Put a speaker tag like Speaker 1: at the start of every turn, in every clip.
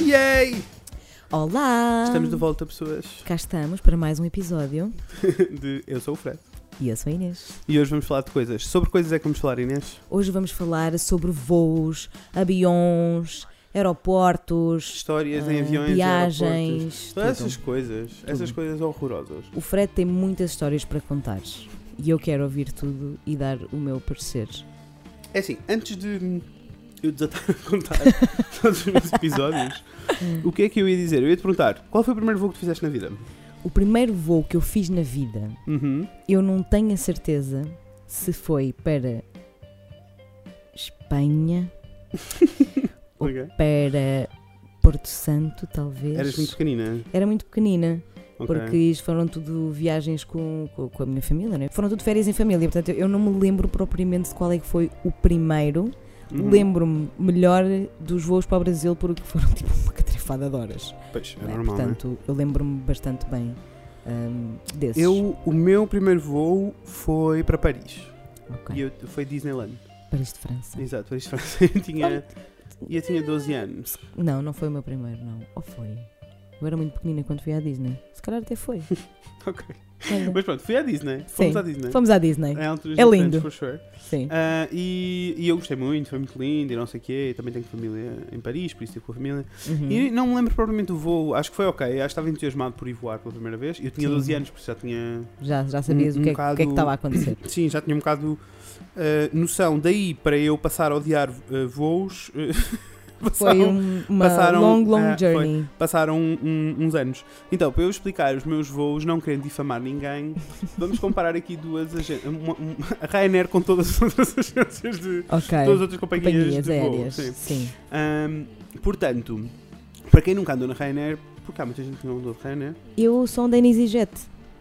Speaker 1: Yay!
Speaker 2: Olá!
Speaker 1: Estamos de volta, pessoas,
Speaker 2: Cá estamos para mais um episódio.
Speaker 1: de Eu Sou o Fred.
Speaker 2: E eu sou a Inês.
Speaker 1: E hoje vamos falar de coisas. Sobre coisas é que vamos falar, Inês?
Speaker 2: Hoje vamos falar sobre voos, aviões, aeroportos,
Speaker 1: Histórias
Speaker 2: eh,
Speaker 1: em aviões, aeroportos.
Speaker 2: viagens.
Speaker 1: Todas essas
Speaker 2: tudo.
Speaker 1: coisas, essas coisas horrorosas.
Speaker 2: O Fred tem muitas histórias para contar. E eu quero ouvir tudo e dar o meu parecer.
Speaker 1: É assim, antes de eu desatar a contar todos os meus episódios, o que é que eu ia dizer? Eu ia te perguntar, qual foi o primeiro voo que tu fizeste na vida?
Speaker 2: O primeiro voo que eu fiz na vida,
Speaker 1: Uhum.
Speaker 2: eu não tenho a certeza se foi para Espanha,
Speaker 1: Ok.
Speaker 2: para Porto Santo, talvez.
Speaker 1: Eras muito pequenina.
Speaker 2: Era muito pequenina.
Speaker 1: Ok.
Speaker 2: Porque isto foram tudo viagens com, com, com a minha família, né? Foram tudo férias em família, portanto eu não me lembro propriamente de qual é que foi o primeiro.
Speaker 1: Uhum.
Speaker 2: Lembro-me melhor dos voos para o Brasil porque foram tipo uma catrefada de horas.
Speaker 1: Pois, é
Speaker 2: né?
Speaker 1: normal, não é?
Speaker 2: portanto, eu lembro-me bastante bem hum, desses.
Speaker 1: Eu, o meu primeiro voo foi para Paris.
Speaker 2: Ok.
Speaker 1: E eu, foi Disneyland.
Speaker 2: Paris de França.
Speaker 1: Exato, Paris França. Eu tinha, e eu tinha 12 anos.
Speaker 2: Não, não foi o meu primeiro, não. Ou foi? Eu era muito pequenina quando fui à Disney. Se calhar até foi.
Speaker 1: Ok.
Speaker 2: Olha.
Speaker 1: Mas pronto, fui à Disney. Fomos
Speaker 2: Sim,
Speaker 1: à Disney.
Speaker 2: Fomos à Disney.
Speaker 1: É, alturas
Speaker 2: É
Speaker 1: diferentes,
Speaker 2: lindo.
Speaker 1: For sure.
Speaker 2: Sim.
Speaker 1: Ah, e, e eu gostei muito, foi muito lindo e não sei o quê. E também tenho família em Paris, por isso estive com a família.
Speaker 2: Uhum.
Speaker 1: É. E não me lembro propriamente do voo, acho que foi ok. Acho que estava entusiasmado por ir voar pela primeira vez. Eu tinha
Speaker 2: Sim.
Speaker 1: 12 anos, por isso já tinha.
Speaker 2: Já, já sabias
Speaker 1: um-
Speaker 2: o, que é,
Speaker 1: um
Speaker 2: que- o que é que
Speaker 1: bocado-
Speaker 2: estava a acontecer.
Speaker 1: Sim, já tinha um bocado ah, noção. Daí para eu passar a odiar ah, voos. ah,
Speaker 2: Foi
Speaker 1: passaram-
Speaker 2: um- uma
Speaker 1: passaram-
Speaker 2: long, long
Speaker 1: é, foi.
Speaker 2: journey.
Speaker 1: passaram um- uns anos. Então, para eu explicar os meus voos, não querendo difamar ninguém, vamos comparar aqui duas agências. A Ryanair com todas as outras agências de.
Speaker 2: Ok.
Speaker 1: Todas as outras companhias,
Speaker 2: Companhias
Speaker 1: de voo.
Speaker 2: aéreas.
Speaker 1: Sim.
Speaker 2: Sim.
Speaker 1: Ahm, portanto, para quem nunca andou na Ryanair, porque há muita gente que não andou de Ryanair,
Speaker 2: Eu sou um da EasyJet.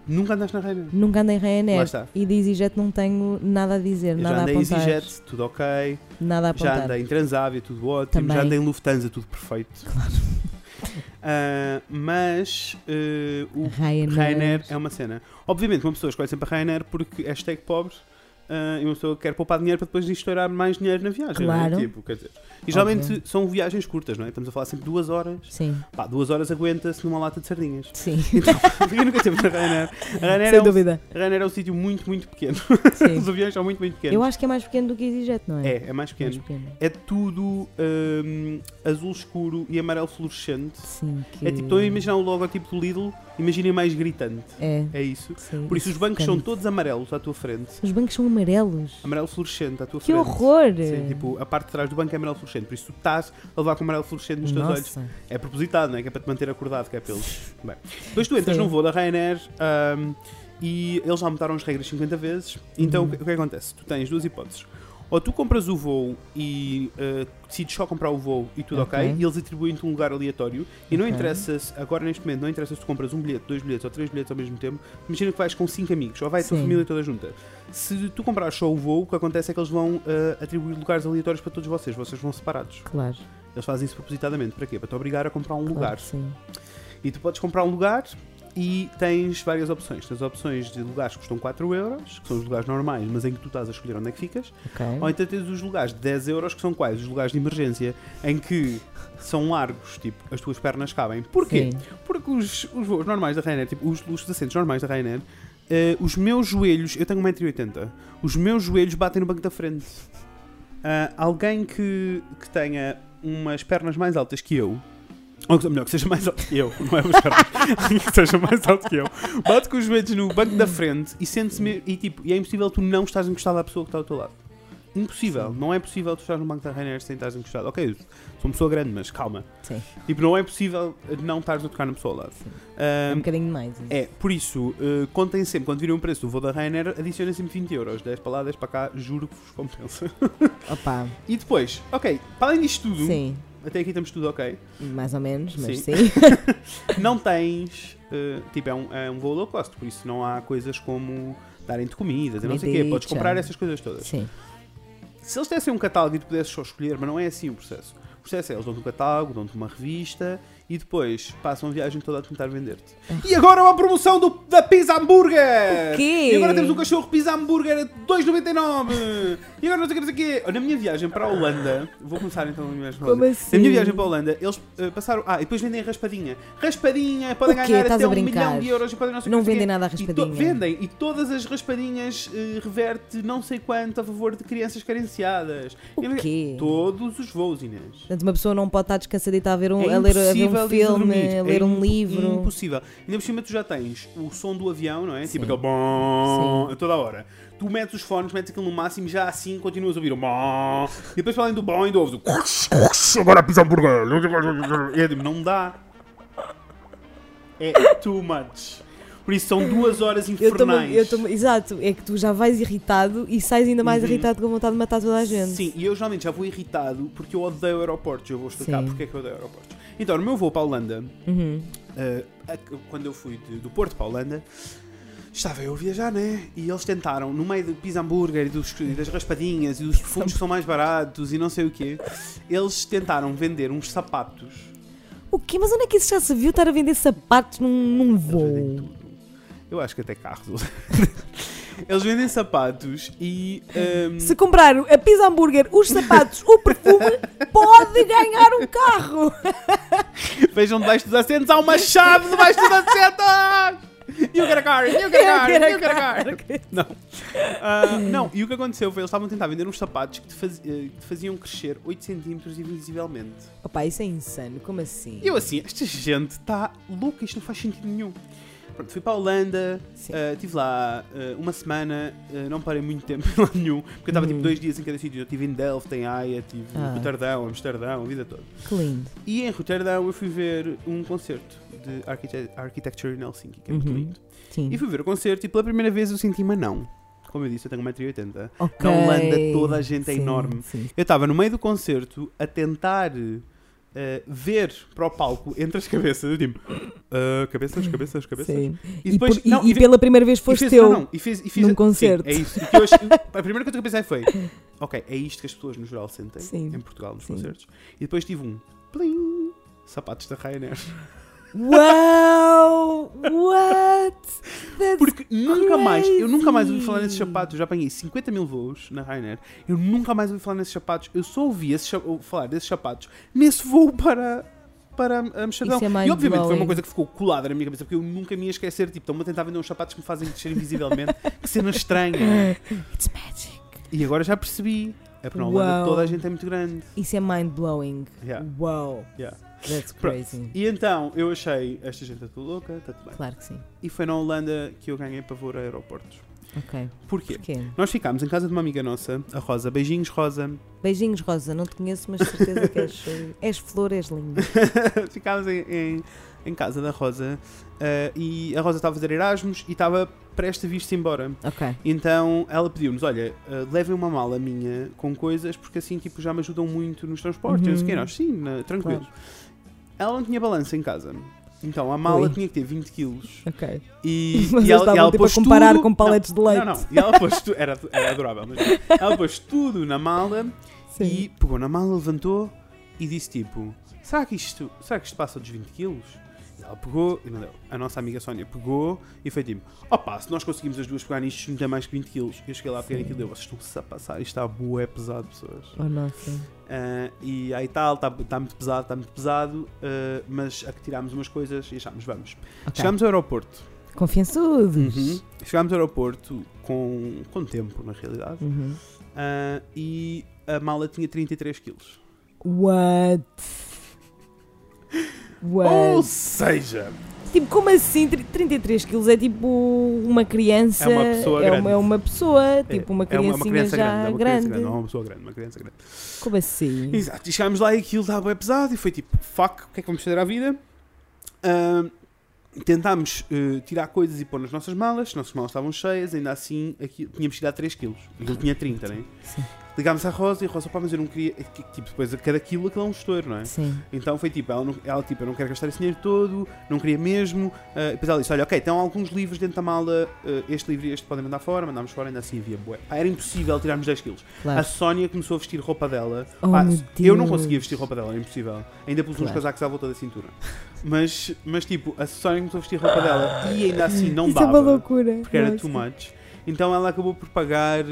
Speaker 1: nunca andaste na Ryanair.
Speaker 2: Nunca andei em
Speaker 1: Lá
Speaker 2: Ryanair.
Speaker 1: está.
Speaker 2: E de EasyJet não tenho nada a dizer,
Speaker 1: Eu
Speaker 2: nada
Speaker 1: já
Speaker 2: a
Speaker 1: andei em
Speaker 2: apontar.
Speaker 1: EasyJet, tudo ok.
Speaker 2: Nada a
Speaker 1: Já
Speaker 2: apontar.
Speaker 1: andei em Transavia, tudo ótimo. Já
Speaker 2: Também.
Speaker 1: andei em Lufthansa, tudo perfeito. Claro. mas eh, o
Speaker 2: Ryanair.
Speaker 1: Rainer é uma cena. Obviamente, uma pessoa escolhe sempre a Rainer porque hashtag pobre ah, e uma pessoa quer poupar dinheiro para depois estourar mais dinheiro na viagem. não é?
Speaker 2: Claro.
Speaker 1: Tipo, quer dizer. E geralmente
Speaker 2: Óbvio.
Speaker 1: são viagens curtas, não é? Estamos a falar sempre duas horas.
Speaker 2: Sim,
Speaker 1: Pá, duas horas aguenta-se numa lata de sardinhas.
Speaker 2: sim.
Speaker 1: Então, fica nunca sempre na Rainer. A Rainer,
Speaker 2: Sem
Speaker 1: é um,
Speaker 2: dúvida.
Speaker 1: a Ryanair é um sítio muito, muito pequeno. Os
Speaker 2: Sim.
Speaker 1: aviões são muito, muito pequenos.
Speaker 2: Eu acho que é mais pequeno do que EasyJet, não é?
Speaker 1: É, é mais
Speaker 2: Mais
Speaker 1: pequeno.
Speaker 2: pequeno.
Speaker 1: É tudo hum, azul escuro e amarelo fluorescente.
Speaker 2: Sim. Que...
Speaker 1: É tipo, estou a imaginar o logo tipo do Lidl, imaginem mais gritante.
Speaker 2: É,
Speaker 1: É isso.
Speaker 2: sim.
Speaker 1: Por isso os bancos
Speaker 2: Portanto,
Speaker 1: são todos Ah, amarelos à tua frente.
Speaker 2: Os bancos são amarelos.
Speaker 1: Amarelo fluorescente à tua
Speaker 2: Que
Speaker 1: frente.
Speaker 2: horror!
Speaker 1: é Sim, tipo, a parte de trás do banco é amarelo fluorescente, por isso tu estás a levar com amarelo fluorescente nos teus olhos.
Speaker 2: Nossa.
Speaker 1: É propositado, não é? Que é para te manter acordado, que é para eles. Bem, depois tu entras
Speaker 2: Sim.
Speaker 1: num voo da Ryanair ahm, e eles já mudaram as regras 50 vezes. Então
Speaker 2: Uhum.
Speaker 1: o que o que é que acontece? Tu tens duas hipóteses. Ou tu compras o voo e ah, decides só comprar o voo e tudo ok,
Speaker 2: Ok.
Speaker 1: e eles atribuem-te um lugar aleatório. E não
Speaker 2: Ok.
Speaker 1: interessa se, agora neste momento, não interessa se tu compras um bilhete, dois bilhetes ou três bilhetes ao mesmo tempo. Imagina que vais com cinco amigos, ou vai a tua
Speaker 2: Sim.
Speaker 1: família toda junta. Se tu comprares só o voo, o que acontece é que eles vão ah, atribuir lugares aleatórios para todos vocês, vocês vão separados.
Speaker 2: Claro.
Speaker 1: Eles fazem isso propositadamente. Para quê? Para te obrigar a comprar um
Speaker 2: claro
Speaker 1: lugar.
Speaker 2: que sim.
Speaker 1: E tu podes comprar um lugar e tens várias opções. Tens opções de lugares que custam 4 euros, que são os lugares normais, mas em que tu estás a escolher onde é que ficas.
Speaker 2: Ok.
Speaker 1: Ou então tens os lugares de 10 euros, que são quais? Os lugares de emergência, em que são largos, tipo, as tuas pernas cabem. Porquê?
Speaker 2: Sim.
Speaker 1: Porque os, os voos normais da Ryanair, tipo, os, os assentos normais da Ryanair, eh, os meus joelhos, eu tenho 1,80m, os meus joelhos batem no banco da frente. Ah, alguém que, que tenha umas pernas mais altas que eu, ou que- melhor, que seja mais alto que eu, não é umas pernas, alguém que seja mais alto que eu, bate com os joelhos no banco da frente e sente-se me- e tipo, e é impossível tu não estás encostado à pessoa que está ao teu lado. Impossível,
Speaker 2: Sim.
Speaker 1: não é possível tu estás no banco da Ryanair sem estás encostado. Ok, eu sou uma pessoa grande, mas calma.
Speaker 2: Sim.
Speaker 1: Tipo, não é possível não estares a tocar na pessoa ao lado.
Speaker 2: Sim. É um
Speaker 1: Ahm,
Speaker 2: bocadinho mais.
Speaker 1: é, por isso, eh, contem sempre, quando virem o preço do voo da Ryanair, adicionem sempre 20 euros. 10 para lá, 10 para cá, juro que vos compensa. É.
Speaker 2: Opa,
Speaker 1: E depois, ok, para além disto tudo,
Speaker 2: sim.
Speaker 1: até aqui estamos tudo ok,
Speaker 2: Mais ou menos, mas
Speaker 1: Hum. Sim.
Speaker 2: sim.
Speaker 1: não tens, eh, tipo, é um, é um voo low cost, por isso não há coisas como darem-te comidas, eu não sei o quê, podes
Speaker 2: Comidita.
Speaker 1: comprar essas coisas todas.
Speaker 2: Sim.
Speaker 1: Se eles dessem um catálogo e tu pudesses só escolher, mas não é assim o processo. O processo é, eles dão-te um catálogo, dão-te uma revista, e e depois passam a viagem toda a tentar vender-te. E agora uma promoção do, da Pizza Hambúrguer!
Speaker 2: Uhum. O quê?
Speaker 1: E agora temos um cachorro Pizza Hambúrguer a 2,99! E agora não sei o que, não sei o quê. Oh, Na minha viagem para a Holanda, vou começar então a minha viagem para a
Speaker 2: Como
Speaker 1: Holanda.
Speaker 2: assim?
Speaker 1: Na minha viagem para a Holanda, eles eh, passaram. Ah, e depois vendem a raspadinha. Raspadinha, podem
Speaker 2: O quê?
Speaker 1: ganhar
Speaker 2: Estás
Speaker 1: até
Speaker 2: a
Speaker 1: um
Speaker 2: brincar?
Speaker 1: milhão de euros e podem não sei o que,
Speaker 2: Não
Speaker 1: sei o quê.
Speaker 2: vendem nada à
Speaker 1: E to-
Speaker 2: raspadinha.
Speaker 1: vendem e todas as raspadinhas eh, reverte não sei quanto a favor de crianças carenciadas.
Speaker 2: O
Speaker 1: E não-
Speaker 2: quê?
Speaker 1: Todos os voos, Inês.
Speaker 2: Portanto, uma pessoa não pode estar descansadita a ver um,
Speaker 1: É
Speaker 2: a ler, a ver
Speaker 1: impossível
Speaker 2: um
Speaker 1: de
Speaker 2: filme,
Speaker 1: dormir.
Speaker 2: a ler
Speaker 1: É
Speaker 2: um
Speaker 1: impo-
Speaker 2: livro.
Speaker 1: Impossível. Ainda por cima tu já tens o som do avião, não é?
Speaker 2: Sim.
Speaker 1: Tipo aquele bom a toda a hora. Tu metes os fones, metes aquilo no máximo e já assim continuas a ouvir o bom. E depois para além do bom ainda ouves o crush, crush, agora a pizza hambúrguer. E eu digo, tipo, não dá. É too much. Por isso são duas horas
Speaker 2: Eu tomo,
Speaker 1: infernais.
Speaker 2: eu tomo, exato, é que tu já vais irritado e sais ainda mais irritado com vontade de matar toda a gente.
Speaker 1: Uhum. Sim, e eu geralmente já vou irritado porque eu odeio aeroportos. Eu vou explicar
Speaker 2: Sim.
Speaker 1: porque é que eu odeio aeroportos. Então, no meu voo para a Holanda,
Speaker 2: Uhum.
Speaker 1: Uh, a- quando eu fui de- do Porto para a Holanda, estava eu a viajar, né? E eles tentaram, no meio do pizza hambúrguer e, dos- e das raspadinhas e dos perfumes que são mais baratos e não sei o quê, eles tentaram vender uns sapatos.
Speaker 2: O quê? Mas onde é que isso já se viu estar a vender sapatos num, num
Speaker 1: vendem
Speaker 2: voo?
Speaker 1: Eu acho que até carros. eles vendem sapatos e. um,
Speaker 2: Se comprar a pizza hambúrguer, os sapatos, o perfume, pode ganhar um carro!
Speaker 1: vejam debaixo dos assentos, há uma chave debaixo dos assentos! You get a car, you get a car, you get a car. Não. Ah, não, e o que aconteceu foi eles estavam a tentar vender uns sapatos que te, faz- eh, que te faziam crescer 8 centímetros invisivelmente.
Speaker 2: Opa, isso é insano, como assim?
Speaker 1: E eu assim, esta gente está louca, isto não faz sentido nenhum. Pronto, fui para a Holanda,
Speaker 2: Sim.
Speaker 1: estive lá ah, uma semana, ah, não parei muito tempo em lado nenhum, porque eu estava tipo dois dias em cada sítio. Eu estive em Delft, em Haia, estive
Speaker 2: Ah.
Speaker 1: em Roterdão, Amsterdão, a vida toda.
Speaker 2: Que lindo.
Speaker 1: E em Roterdão eu fui ver um concerto de Arquite- Architecture in Helsinki, que é muito
Speaker 2: Uhum.
Speaker 1: lindo.
Speaker 2: Sim.
Speaker 1: E fui ver o concerto e pela primeira vez eu senti-me anão. Como eu disse, eu tenho 1,80m.
Speaker 2: Ok.
Speaker 1: Na Holanda toda a gente é
Speaker 2: Sim,
Speaker 1: enorme.
Speaker 2: Sim.
Speaker 1: Eu estava no meio do concerto a tentar eh, ver para o palco entre as cabeças. Eu tipo, "Ah, cabeças, cabeças, cabeças.
Speaker 2: Sim.
Speaker 1: E depois.
Speaker 2: por- e-
Speaker 1: não,
Speaker 2: e
Speaker 1: e ve-
Speaker 2: pela primeira vez
Speaker 1: e
Speaker 2: foste
Speaker 1: fez-
Speaker 2: teu.
Speaker 1: não, não, e fiz, e fiz-
Speaker 2: num
Speaker 1: sim,
Speaker 2: concerto.
Speaker 1: é isso. E que eu achei- a primeira coisa que eu pensei foi: ok, é isto que as pessoas no geral sentem
Speaker 2: Sim.
Speaker 1: em Portugal nos
Speaker 2: Sim.
Speaker 1: concertos. E depois tive um plim, sapatos da Ryanair.
Speaker 2: Uau! What? That's-
Speaker 1: Porque nunca mais, eu nunca mais ouvi falar
Speaker 2: crazy.
Speaker 1: nesses sapatos. Eu já apanhei 50 mil voos na Ryanair. Eu nunca mais ouvi falar nesses sapatos. Eu só ouvi esses, cha- ou falar desses sapatos nesse voo para, para Amsterdão.
Speaker 2: Isso é
Speaker 1: e obviamente foi
Speaker 2: mind-blowing.
Speaker 1: uma coisa que ficou colada na minha cabeça, porque eu nunca me ia esquecer. Tipo, estão-me a tentar vender uns sapatos que me fazem descer invisivelmente. que cena estranha.
Speaker 2: It's magic.
Speaker 1: E agora já percebi. É porque na Holanda
Speaker 2: Uau.
Speaker 1: toda a gente é muito grande.
Speaker 2: Isso é mind-blowing.
Speaker 1: Yeah,
Speaker 2: Wow,
Speaker 1: yeah.
Speaker 2: that's
Speaker 1: Pronto.
Speaker 2: crazy.
Speaker 1: E então eu achei esta gente é tudo louca, está tudo bem.
Speaker 2: Claro que sim.
Speaker 1: E foi na Holanda que eu ganhei pavor a aeroportos.
Speaker 2: Ok.
Speaker 1: Porquê?
Speaker 2: Porquê?
Speaker 1: Nós ficámos em casa de uma amiga nossa, a Rosa. Beijinhos, Rosa.
Speaker 2: Beijinhos, Rosa. Não te conheço, mas de certeza que és, eh, és flor, és linda.
Speaker 1: ficámos em, em- em casa da Rosa eh, e a Rosa estava a fazer Erasmus e estava prestes a vir-se embora.
Speaker 2: Ok.
Speaker 1: Então ela pediu-nos: Olha, eh, levem uma mala minha com coisas porque assim tipo, já me ajudam muito nos transportes.
Speaker 2: Uhum.
Speaker 1: Uhum. Que nós, sim, na- tranquilo. Ela não tinha balança em casa. Então a mala
Speaker 2: Ui.
Speaker 1: tinha que ter 20 quilos.
Speaker 2: Ok.
Speaker 1: E,
Speaker 2: Mas eles
Speaker 1: e ela, e
Speaker 2: estavam,
Speaker 1: ela
Speaker 2: tipo, a
Speaker 1: pôs
Speaker 2: comparar
Speaker 1: tudo-
Speaker 2: com paletes de leite.
Speaker 1: Não, não. E ela pôs tudo. Era, era adorável. Mas ela pôs tudo na mala
Speaker 2: Sim.
Speaker 1: E pegou na mala, levantou e disse tipo, será que isto, será que isto passa dos 20 quilos? E ela pegou, e não deu. A nossa amiga Sónia pegou e foi tipo, opa, se nós conseguimos as duas pegar nisto, não tem mais que 20 quilos. Eu cheguei lá, peguei
Speaker 2: Sim.
Speaker 1: aquilo e deu, vocês estão-se a passar, isto está bué pesado, pessoas.
Speaker 2: Oh, nossa.
Speaker 1: Ah, e aí tal, está está muito pesado, está muito pesado, ah, mas a que tirámos umas coisas e achámos, vamos.
Speaker 2: Ok.
Speaker 1: Chegámos ao aeroporto.
Speaker 2: Confiançudos.
Speaker 1: Chegámos ao aeroporto com, com tempo, na realidade,
Speaker 2: Uhum.
Speaker 1: Ah, e a mala tinha 33 quilos.
Speaker 2: What? What?
Speaker 1: Ou seja,
Speaker 2: Tipo, como assim? Tri- 33 quilos é tipo uma criança.
Speaker 1: É uma pessoa
Speaker 2: é
Speaker 1: grande.
Speaker 2: Uma, é uma pessoa, tipo uma
Speaker 1: é uma,
Speaker 2: criancinha
Speaker 1: uma criança grande,
Speaker 2: já
Speaker 1: é uma
Speaker 2: grande.
Speaker 1: criança grande, não é uma pessoa grande, uma criança grande.
Speaker 2: Como assim?
Speaker 1: Exato, e chegámos lá e aquilo estava bem pesado e foi tipo, fuck, o que é que vamos fazer à vida? Ahm, tentámos eh, tirar coisas e pôr nas nossas malas, as nossas malas estavam cheias, ainda assim aqui, tínhamos tirado 3 quilos, aquilo tinha 30, né?
Speaker 2: Sim.
Speaker 1: Ligámos à Rosa e a Rosa, pá, mas eu não queria. Tipo, depois a cada quilo aquilo é um estouro, não é?
Speaker 2: Sim.
Speaker 1: Então foi tipo, ela, não- ela tipo, eu não quero gastar esse dinheiro todo, não queria mesmo. ah, depois ela disse: Olha, ok, então há alguns livros dentro da mala, ah, este livro e este podem mandar fora, mandámos fora, ainda assim havia bué. Pá, era impossível tirarmos 10 quilos. A
Speaker 2: Claro.
Speaker 1: Sónia começou a vestir roupa dela.
Speaker 2: Ah. Oh,
Speaker 1: Pá,
Speaker 2: meu
Speaker 1: eu não
Speaker 2: Deus.
Speaker 1: conseguia vestir roupa dela, era impossível. Ainda pus uns
Speaker 2: Claro.
Speaker 1: casacos à volta da cintura. Mas, mas tipo, a Sónia começou a vestir roupa dela e ainda assim não
Speaker 2: Isso é
Speaker 1: dava.
Speaker 2: uma loucura. é?
Speaker 1: porque era
Speaker 2: Nossa.
Speaker 1: too much. Então ela acabou por pagar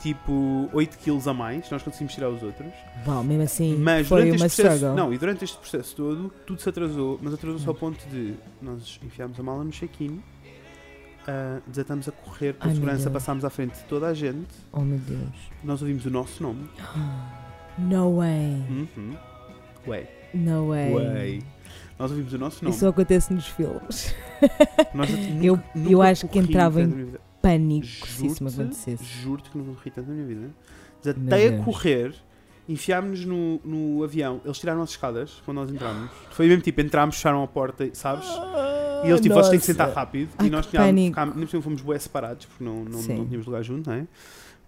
Speaker 1: tipo 8 quilos a mais, nós conseguimos tirar os outros.
Speaker 2: Bom, mesmo assim,
Speaker 1: Mas
Speaker 2: foi
Speaker 1: durante
Speaker 2: uma
Speaker 1: este processo,
Speaker 2: struggle.
Speaker 1: não, e durante este processo todo, tudo se atrasou, mas atrasou-se ao
Speaker 2: Hum.
Speaker 1: ponto de nós enfiámos a mala no check-in, ah, desatamos a correr
Speaker 2: Ai,
Speaker 1: pela
Speaker 2: meu
Speaker 1: segurança,
Speaker 2: Deus.
Speaker 1: passámos à frente de toda a gente,
Speaker 2: Oh meu Deus.
Speaker 1: nós ouvimos o nosso nome.
Speaker 2: No way.
Speaker 1: Uhum. Ué,
Speaker 2: No way.
Speaker 1: ué. Nós ouvimos o nosso nome.
Speaker 2: Isso só acontece nos filmes.
Speaker 1: Nós nunca-
Speaker 2: Eu-
Speaker 1: nunca
Speaker 2: eu acho que
Speaker 1: corri
Speaker 2: entrava em
Speaker 1: tanto na minha vida.
Speaker 2: Pânico se isso me
Speaker 1: Juro-te,
Speaker 2: acontecesse.
Speaker 1: juro-te que não corri tanto na minha vida.
Speaker 2: Meu
Speaker 1: Desatei a
Speaker 2: Deus.
Speaker 1: correr, enfiámos-nos no, no avião, eles tiraram as escadas quando nós entrámos. Foi mesmo tipo, entrámos, fecharam a porta, sabes?
Speaker 2: Ah,
Speaker 1: E eles tipo, vocês têm que sentar rápido.
Speaker 2: Ai,
Speaker 1: e nós
Speaker 2: que
Speaker 1: tínhamos,
Speaker 2: pânico.
Speaker 1: ficámos, nem por cima fomos bué separados, porque não, não,
Speaker 2: Sim.
Speaker 1: não tínhamos lugar junto, não é?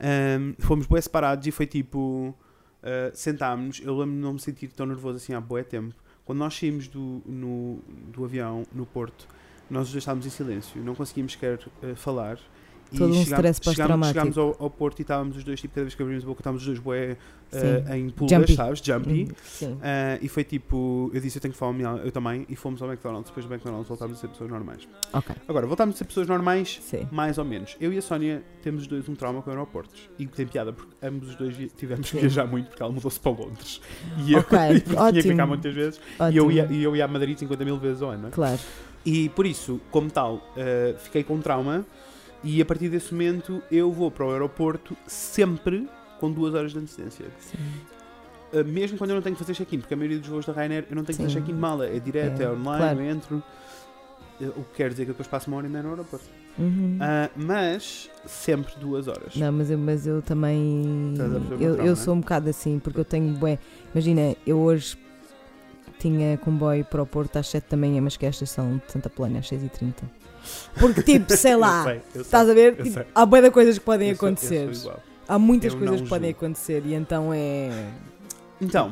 Speaker 1: Ahm, fomos bué separados e foi tipo, ah, sentámos-nos. Eu lembro-me de não me sentir tão nervoso assim há bué tempo. Quando nós saímos do, no, do avião, no Porto, nós os dois estávamos em silêncio, não conseguíamos sequer ah, falar. E
Speaker 2: Todo um
Speaker 1: chegámos-
Speaker 2: stress
Speaker 1: chegámos,
Speaker 2: pós-traumático.
Speaker 1: chegámos ao, ao Porto e estávamos os dois, tipo, cada vez que abrimos a boca, estávamos os dois bué ah,
Speaker 2: Sim.
Speaker 1: em pulgas,
Speaker 2: Jumpy.
Speaker 1: sabes? Jumpy.
Speaker 2: Hum, Sim.
Speaker 1: Ah, e foi tipo, eu disse eu tenho fome, ela, eu também, e fomos ao McDonald's, depois do McDonald's voltámos a ser pessoas normais.
Speaker 2: Ok.
Speaker 1: Agora, voltámos a ser pessoas normais,
Speaker 2: Sim.
Speaker 1: mais ou menos. Eu e a Sónia temos os dois um trauma com aeroportos. E tem piada, porque ambos os dois vi- tivemos que
Speaker 2: Sim.
Speaker 1: viajar muito, porque ela mudou-se para Londres. E eu,
Speaker 2: Ok,
Speaker 1: e porque tinha que
Speaker 2: ótimo.
Speaker 1: ficar muitas vezes. E
Speaker 2: Ótimo.
Speaker 1: eu, ia, e eu ia a Madrid 50 mil vezes ao ano. é?
Speaker 2: Claro.
Speaker 1: E por isso, como tal, eh, fiquei com trauma e a partir desse momento eu vou para o aeroporto sempre com duas horas de antecedência.
Speaker 2: Sim.
Speaker 1: Eh, mesmo quando eu não tenho que fazer check-in, porque a maioria dos voos da Ryanair eu não tenho que fazer
Speaker 2: Sim.
Speaker 1: check-in de mala, é direto, é,
Speaker 2: É,
Speaker 1: online,
Speaker 2: claro.
Speaker 1: eu entro. Eh, o que quer dizer que eu depois passo uma hora ainda no aeroporto.
Speaker 2: Uhum.
Speaker 1: Ah, mas sempre duas horas.
Speaker 2: Não, mas eu, mas eu também.
Speaker 1: Estás a perceber o meu
Speaker 2: Eu,
Speaker 1: trauma, é?
Speaker 2: eu sou um bocado assim, porque eu tenho. Bué, imagina, eu hoje tinha comboio para o Porto às 7 da manhã, mas que esta estação de Santa Polónia às 6h30. Porque, tipo, sei
Speaker 1: Eu
Speaker 2: lá,
Speaker 1: sei, eu sei.
Speaker 2: estás a ver?
Speaker 1: eu
Speaker 2: Tipo,
Speaker 1: sei.
Speaker 2: há bué de coisas que podem
Speaker 1: Eu sou- eu sou
Speaker 2: acontecer.
Speaker 1: igual.
Speaker 2: há muitas
Speaker 1: Eu
Speaker 2: coisas
Speaker 1: não
Speaker 2: que podem
Speaker 1: julgo.
Speaker 2: acontecer e então é.
Speaker 1: Então,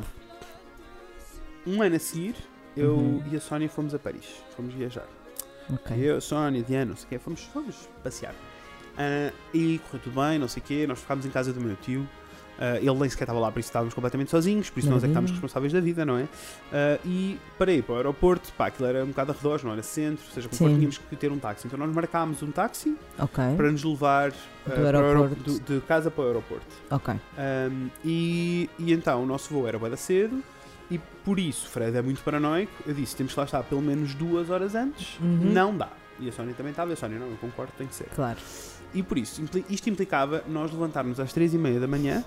Speaker 1: um ano a seguir, eu
Speaker 2: Uhum.
Speaker 1: e a Sónia fomos a Paris, fomos viajar.
Speaker 2: Ok.
Speaker 1: Eu, Sónia, Diana, não sei o quê, fomos, fomos passear. Ah, e correu tudo bem, não sei o quê, nós ficámos em casa do meu tio. Ah, ele nem sequer estava lá, por isso estávamos completamente sozinhos, por isso nós é que estávamos
Speaker 2: Maravilha.
Speaker 1: responsáveis da vida, não é? Ah, e parei para o aeroporto, pá, aquilo era um bocado arredor, não era centro, ou seja, como for,
Speaker 2: Sim.
Speaker 1: tínhamos que ter um táxi. Então nós marcámos um táxi
Speaker 2: Ok.
Speaker 1: para nos levar ah, para o aero-
Speaker 2: aeroporto.
Speaker 1: do- de casa para o aeroporto.
Speaker 2: Ok.
Speaker 1: Um, e, e então o nosso voo era bué da cedo e por isso Fred é muito paranoico. Eu disse: temos que lá estar pelo menos duas horas antes.
Speaker 2: Uhum.
Speaker 1: Não dá. E a Sónia também estava. E A Sónia, não, eu concordo, tem que ser.
Speaker 2: Claro.
Speaker 1: E por isso, impli- isto implicava nós levantarmos às três e meia da manhã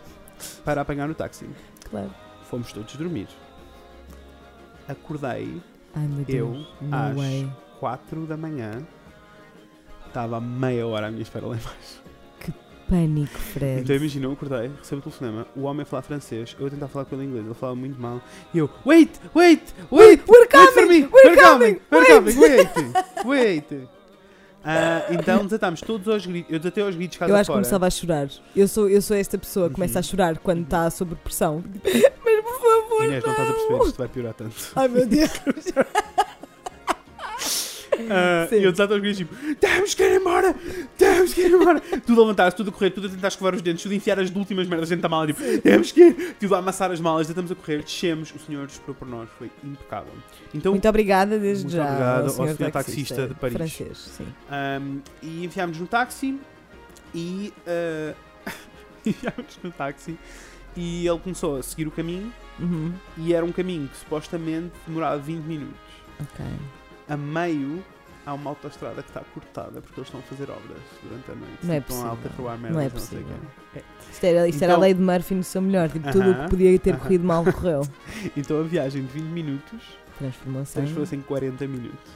Speaker 1: para apanhar o táxi.
Speaker 2: Claro.
Speaker 1: Fomos todos dormir. Acordei
Speaker 2: Ai meu
Speaker 1: eu
Speaker 2: Deus. é. no
Speaker 1: às
Speaker 2: way.
Speaker 1: quatro da manhã. Estava meia hora à minha espera lá em baixo.
Speaker 2: Pânico, Fred.
Speaker 1: Então imagina, eu acordei, recebo o telefonema, o homem a falar francês, eu a tentar falar com ele em inglês, ele falava muito mal, e eu, wait, wait, wait,
Speaker 2: We're
Speaker 1: wait for me,
Speaker 2: coming! We're coming!
Speaker 1: we're coming,
Speaker 2: wait.
Speaker 1: wait, wait. Ah, então desatámos todos aos gritos, eu desatei aos gritos casa
Speaker 2: Eu acho que
Speaker 1: fora. Uhum.
Speaker 2: começava a chorar. Eu sou, eu sou esta pessoa que começa a chorar quando está sob pressão. Mas por favor,
Speaker 1: Inês, não estás a perceber, isto Então, vai piorar tanto.
Speaker 2: Ai meu Deus.
Speaker 1: Ah,
Speaker 2: Sim.
Speaker 1: e eu desato aos gritos, tipo, temos que ir embora, temos que ir embora. tudo a levantar-se, tudo a correr, tudo a tentar escovar os dentes, tudo a enfiar as últimas merdas dentro da mala, tipo, temos que ir. Tudo a amassar as malas, tentamos a correr, descemos, o senhor esperou por nós, foi impecável. Então
Speaker 2: Muito obrigada desde
Speaker 1: Muito
Speaker 2: já.
Speaker 1: obrigado ao
Speaker 2: ao senhor,
Speaker 1: senhor taxista de Paris.
Speaker 2: Francês, sim.
Speaker 1: Um, e enfiámos no táxi e uh, enfiámos no táxi e ele começou a seguir o caminho
Speaker 2: Uhum.
Speaker 1: e era um caminho que supostamente demorava 20 minutos.
Speaker 2: Ok.
Speaker 1: A meio há uma autoestrada que está cortada porque eles estão a fazer obras durante a noite.
Speaker 2: Não é
Speaker 1: Estão a
Speaker 2: possível.
Speaker 1: alcatroar merdas,
Speaker 2: Não é
Speaker 1: sei o quê.
Speaker 2: possível. Isto era, isto era
Speaker 1: Então-
Speaker 2: a lei de Murphy no seu melhor. Tipo, tudo o
Speaker 1: Aham,
Speaker 2: que podia ter
Speaker 1: aham.
Speaker 2: corrido mal correu.
Speaker 1: Então a viagem de 20 minutos
Speaker 2: Transformou-se. em-
Speaker 1: transformou-se em 40 minutos.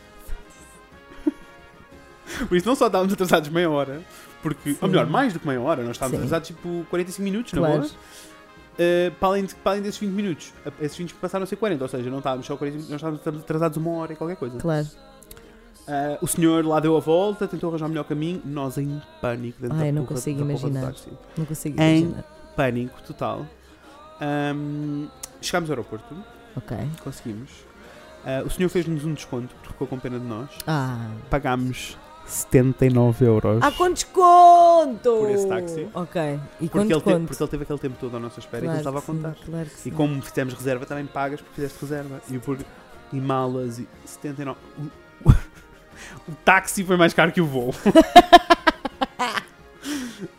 Speaker 1: Por isso não só estávamos atrasados meia hora, porque, ou
Speaker 2: Sim.
Speaker 1: melhor, mais do que meia hora, nós estávamos
Speaker 2: Sim.
Speaker 1: atrasados tipo 45 minutos, na
Speaker 2: Claro.
Speaker 1: boa. Uh, para, além de- para além desses 20 minutos, a- esses 20 passaram a ser 40, ou seja, não estávamos só 40 minutos, nós estávamos, estávamos atrasados uma hora e qualquer coisa.
Speaker 2: Claro.
Speaker 1: Uh, o senhor lá deu a volta, tentou arranjar o melhor caminho, nós em pânico dentro
Speaker 2: Ai,
Speaker 1: da
Speaker 2: eu não
Speaker 1: porra-
Speaker 2: consigo
Speaker 1: da porra do
Speaker 2: imaginar.
Speaker 1: táxi.
Speaker 2: Não consigo
Speaker 1: Em-
Speaker 2: imaginar.
Speaker 1: pânico total. Ahm, chegámos ao aeroporto,
Speaker 2: Ok.
Speaker 1: conseguimos. Ah, o senhor fez-nos um desconto, porque ficou com pena de nós.
Speaker 2: Ah.
Speaker 1: Pagámos 79 euros.
Speaker 2: Ah, com desconto!
Speaker 1: Por esse táxi.
Speaker 2: Ok. E com
Speaker 1: porque, ele teve,
Speaker 2: desconto.
Speaker 1: porque ele teve aquele tempo todo à nossa espera e que ele estava a
Speaker 2: que sim,
Speaker 1: contar.
Speaker 2: Claro que
Speaker 1: E
Speaker 2: sim.
Speaker 1: como fizemos reserva, também pagas porque fizeste reserva. E por e malas e 79. O, o, táxi foi mais caro que o voo.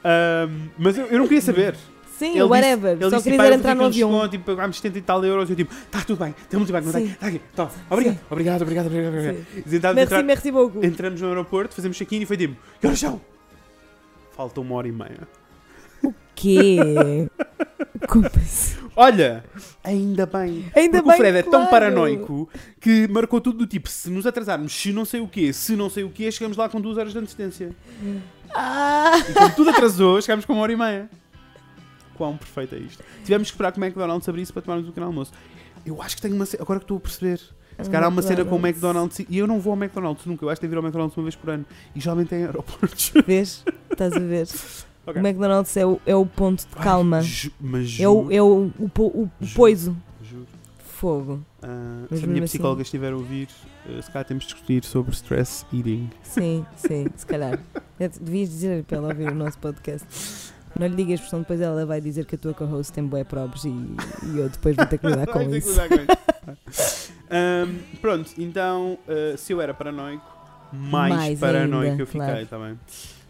Speaker 1: Ahm, mas eu, eu não queria saber.
Speaker 2: Sim,
Speaker 1: Ele
Speaker 2: whatever.
Speaker 1: Ele
Speaker 2: Só
Speaker 1: disse,
Speaker 2: queria
Speaker 1: "Pá, eu vou
Speaker 2: era
Speaker 1: ter
Speaker 2: entrar no
Speaker 1: aquele
Speaker 2: avião.
Speaker 1: desconto, Tipo, pagámos 70 e tal euros. E eu tipo, tá tudo bem, está muito bem, não tem?
Speaker 2: Sim.
Speaker 1: Tá aqui, tá. Obrigado, obrigado, obrigado, obrigado. obrigado.
Speaker 2: Sim.
Speaker 1: E tentámos
Speaker 2: Merci,
Speaker 1: entrar-
Speaker 2: merci beaucoup.
Speaker 1: entramos no aeroporto, fazemos check-in e foi tipo, que horas são? Falta uma hora e meia.
Speaker 2: Que? Como assim?
Speaker 1: Olha, ainda bem.
Speaker 2: Ainda
Speaker 1: Porque
Speaker 2: bem,
Speaker 1: o Fred é tão
Speaker 2: claro.
Speaker 1: paranoico que marcou tudo do tipo: se nos atrasarmos, se não sei o quê, se não sei o quê, chegamos lá com duas horas de antecedência.
Speaker 2: Ah!
Speaker 1: E quando tudo atrasou, chegámos com uma hora e meia. Quão perfeito é isto. Tivemos que esperar que o McDonald's abrisse para tomarmos o pequeno almoço. Eu acho que tenho uma cena, agora que estou a perceber. Se calhar há uma cena com o McDonald's e eu não vou ao McDonald's nunca. Eu acho que tenho de ir ao McDonald's uma vez por ano. E geralmente tem aeroportos.
Speaker 2: Vês? Estás a ver?
Speaker 1: Ok.
Speaker 2: O McDonald's é o, é o ponto de calma.
Speaker 1: Ai, ju- mas
Speaker 2: é
Speaker 1: juro,
Speaker 2: o, é o, o, po- o, o
Speaker 1: Juro.
Speaker 2: poiso.
Speaker 1: juro.
Speaker 2: Fogo.
Speaker 1: Ah,
Speaker 2: Mas
Speaker 1: se a
Speaker 2: mesmo
Speaker 1: minha
Speaker 2: assim-
Speaker 1: psicóloga estiver a ouvir, ah, se calhar temos de discutir sobre stress eating.
Speaker 2: Sim, sim, se calhar. Eu te- Devias dizer para ela ouvir o nosso podcast. Não lhe digas, porque senão depois ela vai dizer que a tua co-host tem bué probes e, e eu depois vou ter que lidar com
Speaker 1: Ai, tem que
Speaker 2: isso.
Speaker 1: lidar com isso. Ahm, pronto, então, ah, se eu era paranoico, mais,
Speaker 2: Mais
Speaker 1: paranoico
Speaker 2: ainda,
Speaker 1: eu fiquei
Speaker 2: claro.
Speaker 1: também.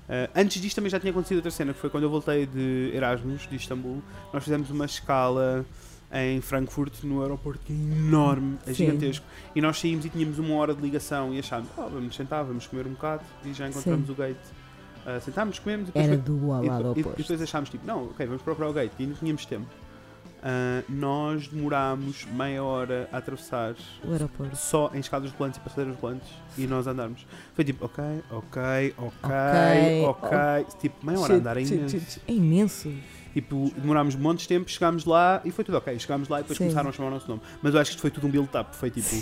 Speaker 1: Ah, antes disto também já tinha acontecido outra cena, que foi quando eu voltei de Erasmus, de Istambul, nós fizemos uma escala em Frankfurt, no aeroporto que é enorme, é
Speaker 2: Sim.
Speaker 1: gigantesco, e nós saímos e tínhamos uma hora de ligação e achámos, ah, vamos sentar, vamos comer um bocado, e já encontramos o gate. Ah, sentámos, comemos e depois
Speaker 2: Era
Speaker 1: foi-
Speaker 2: do ao
Speaker 1: e,
Speaker 2: lado
Speaker 1: e- e
Speaker 2: oposto.
Speaker 1: depois achámos tipo, não, ok, vamos procurar o gate e não tínhamos tempo. Ah, nós demorámos meia hora a atravessar
Speaker 2: O aeroporto.
Speaker 1: só em escadas rolantes e passadeiras rolantes e nós andarmos. Foi tipo, ok, ok, ok,
Speaker 2: Ok, oh.
Speaker 1: ok. Tipo, meia hora a
Speaker 2: Shit,
Speaker 1: andar
Speaker 2: shit,
Speaker 1: ainda.
Speaker 2: shit. É imenso.
Speaker 1: Tipo, demorámos montes de tempo, chegámos lá e foi tudo ok. Chegámos lá e depois
Speaker 2: Sim.
Speaker 1: começaram a chamar o nosso nome. Mas eu acho que isto foi tudo um build-up. Foi tipo,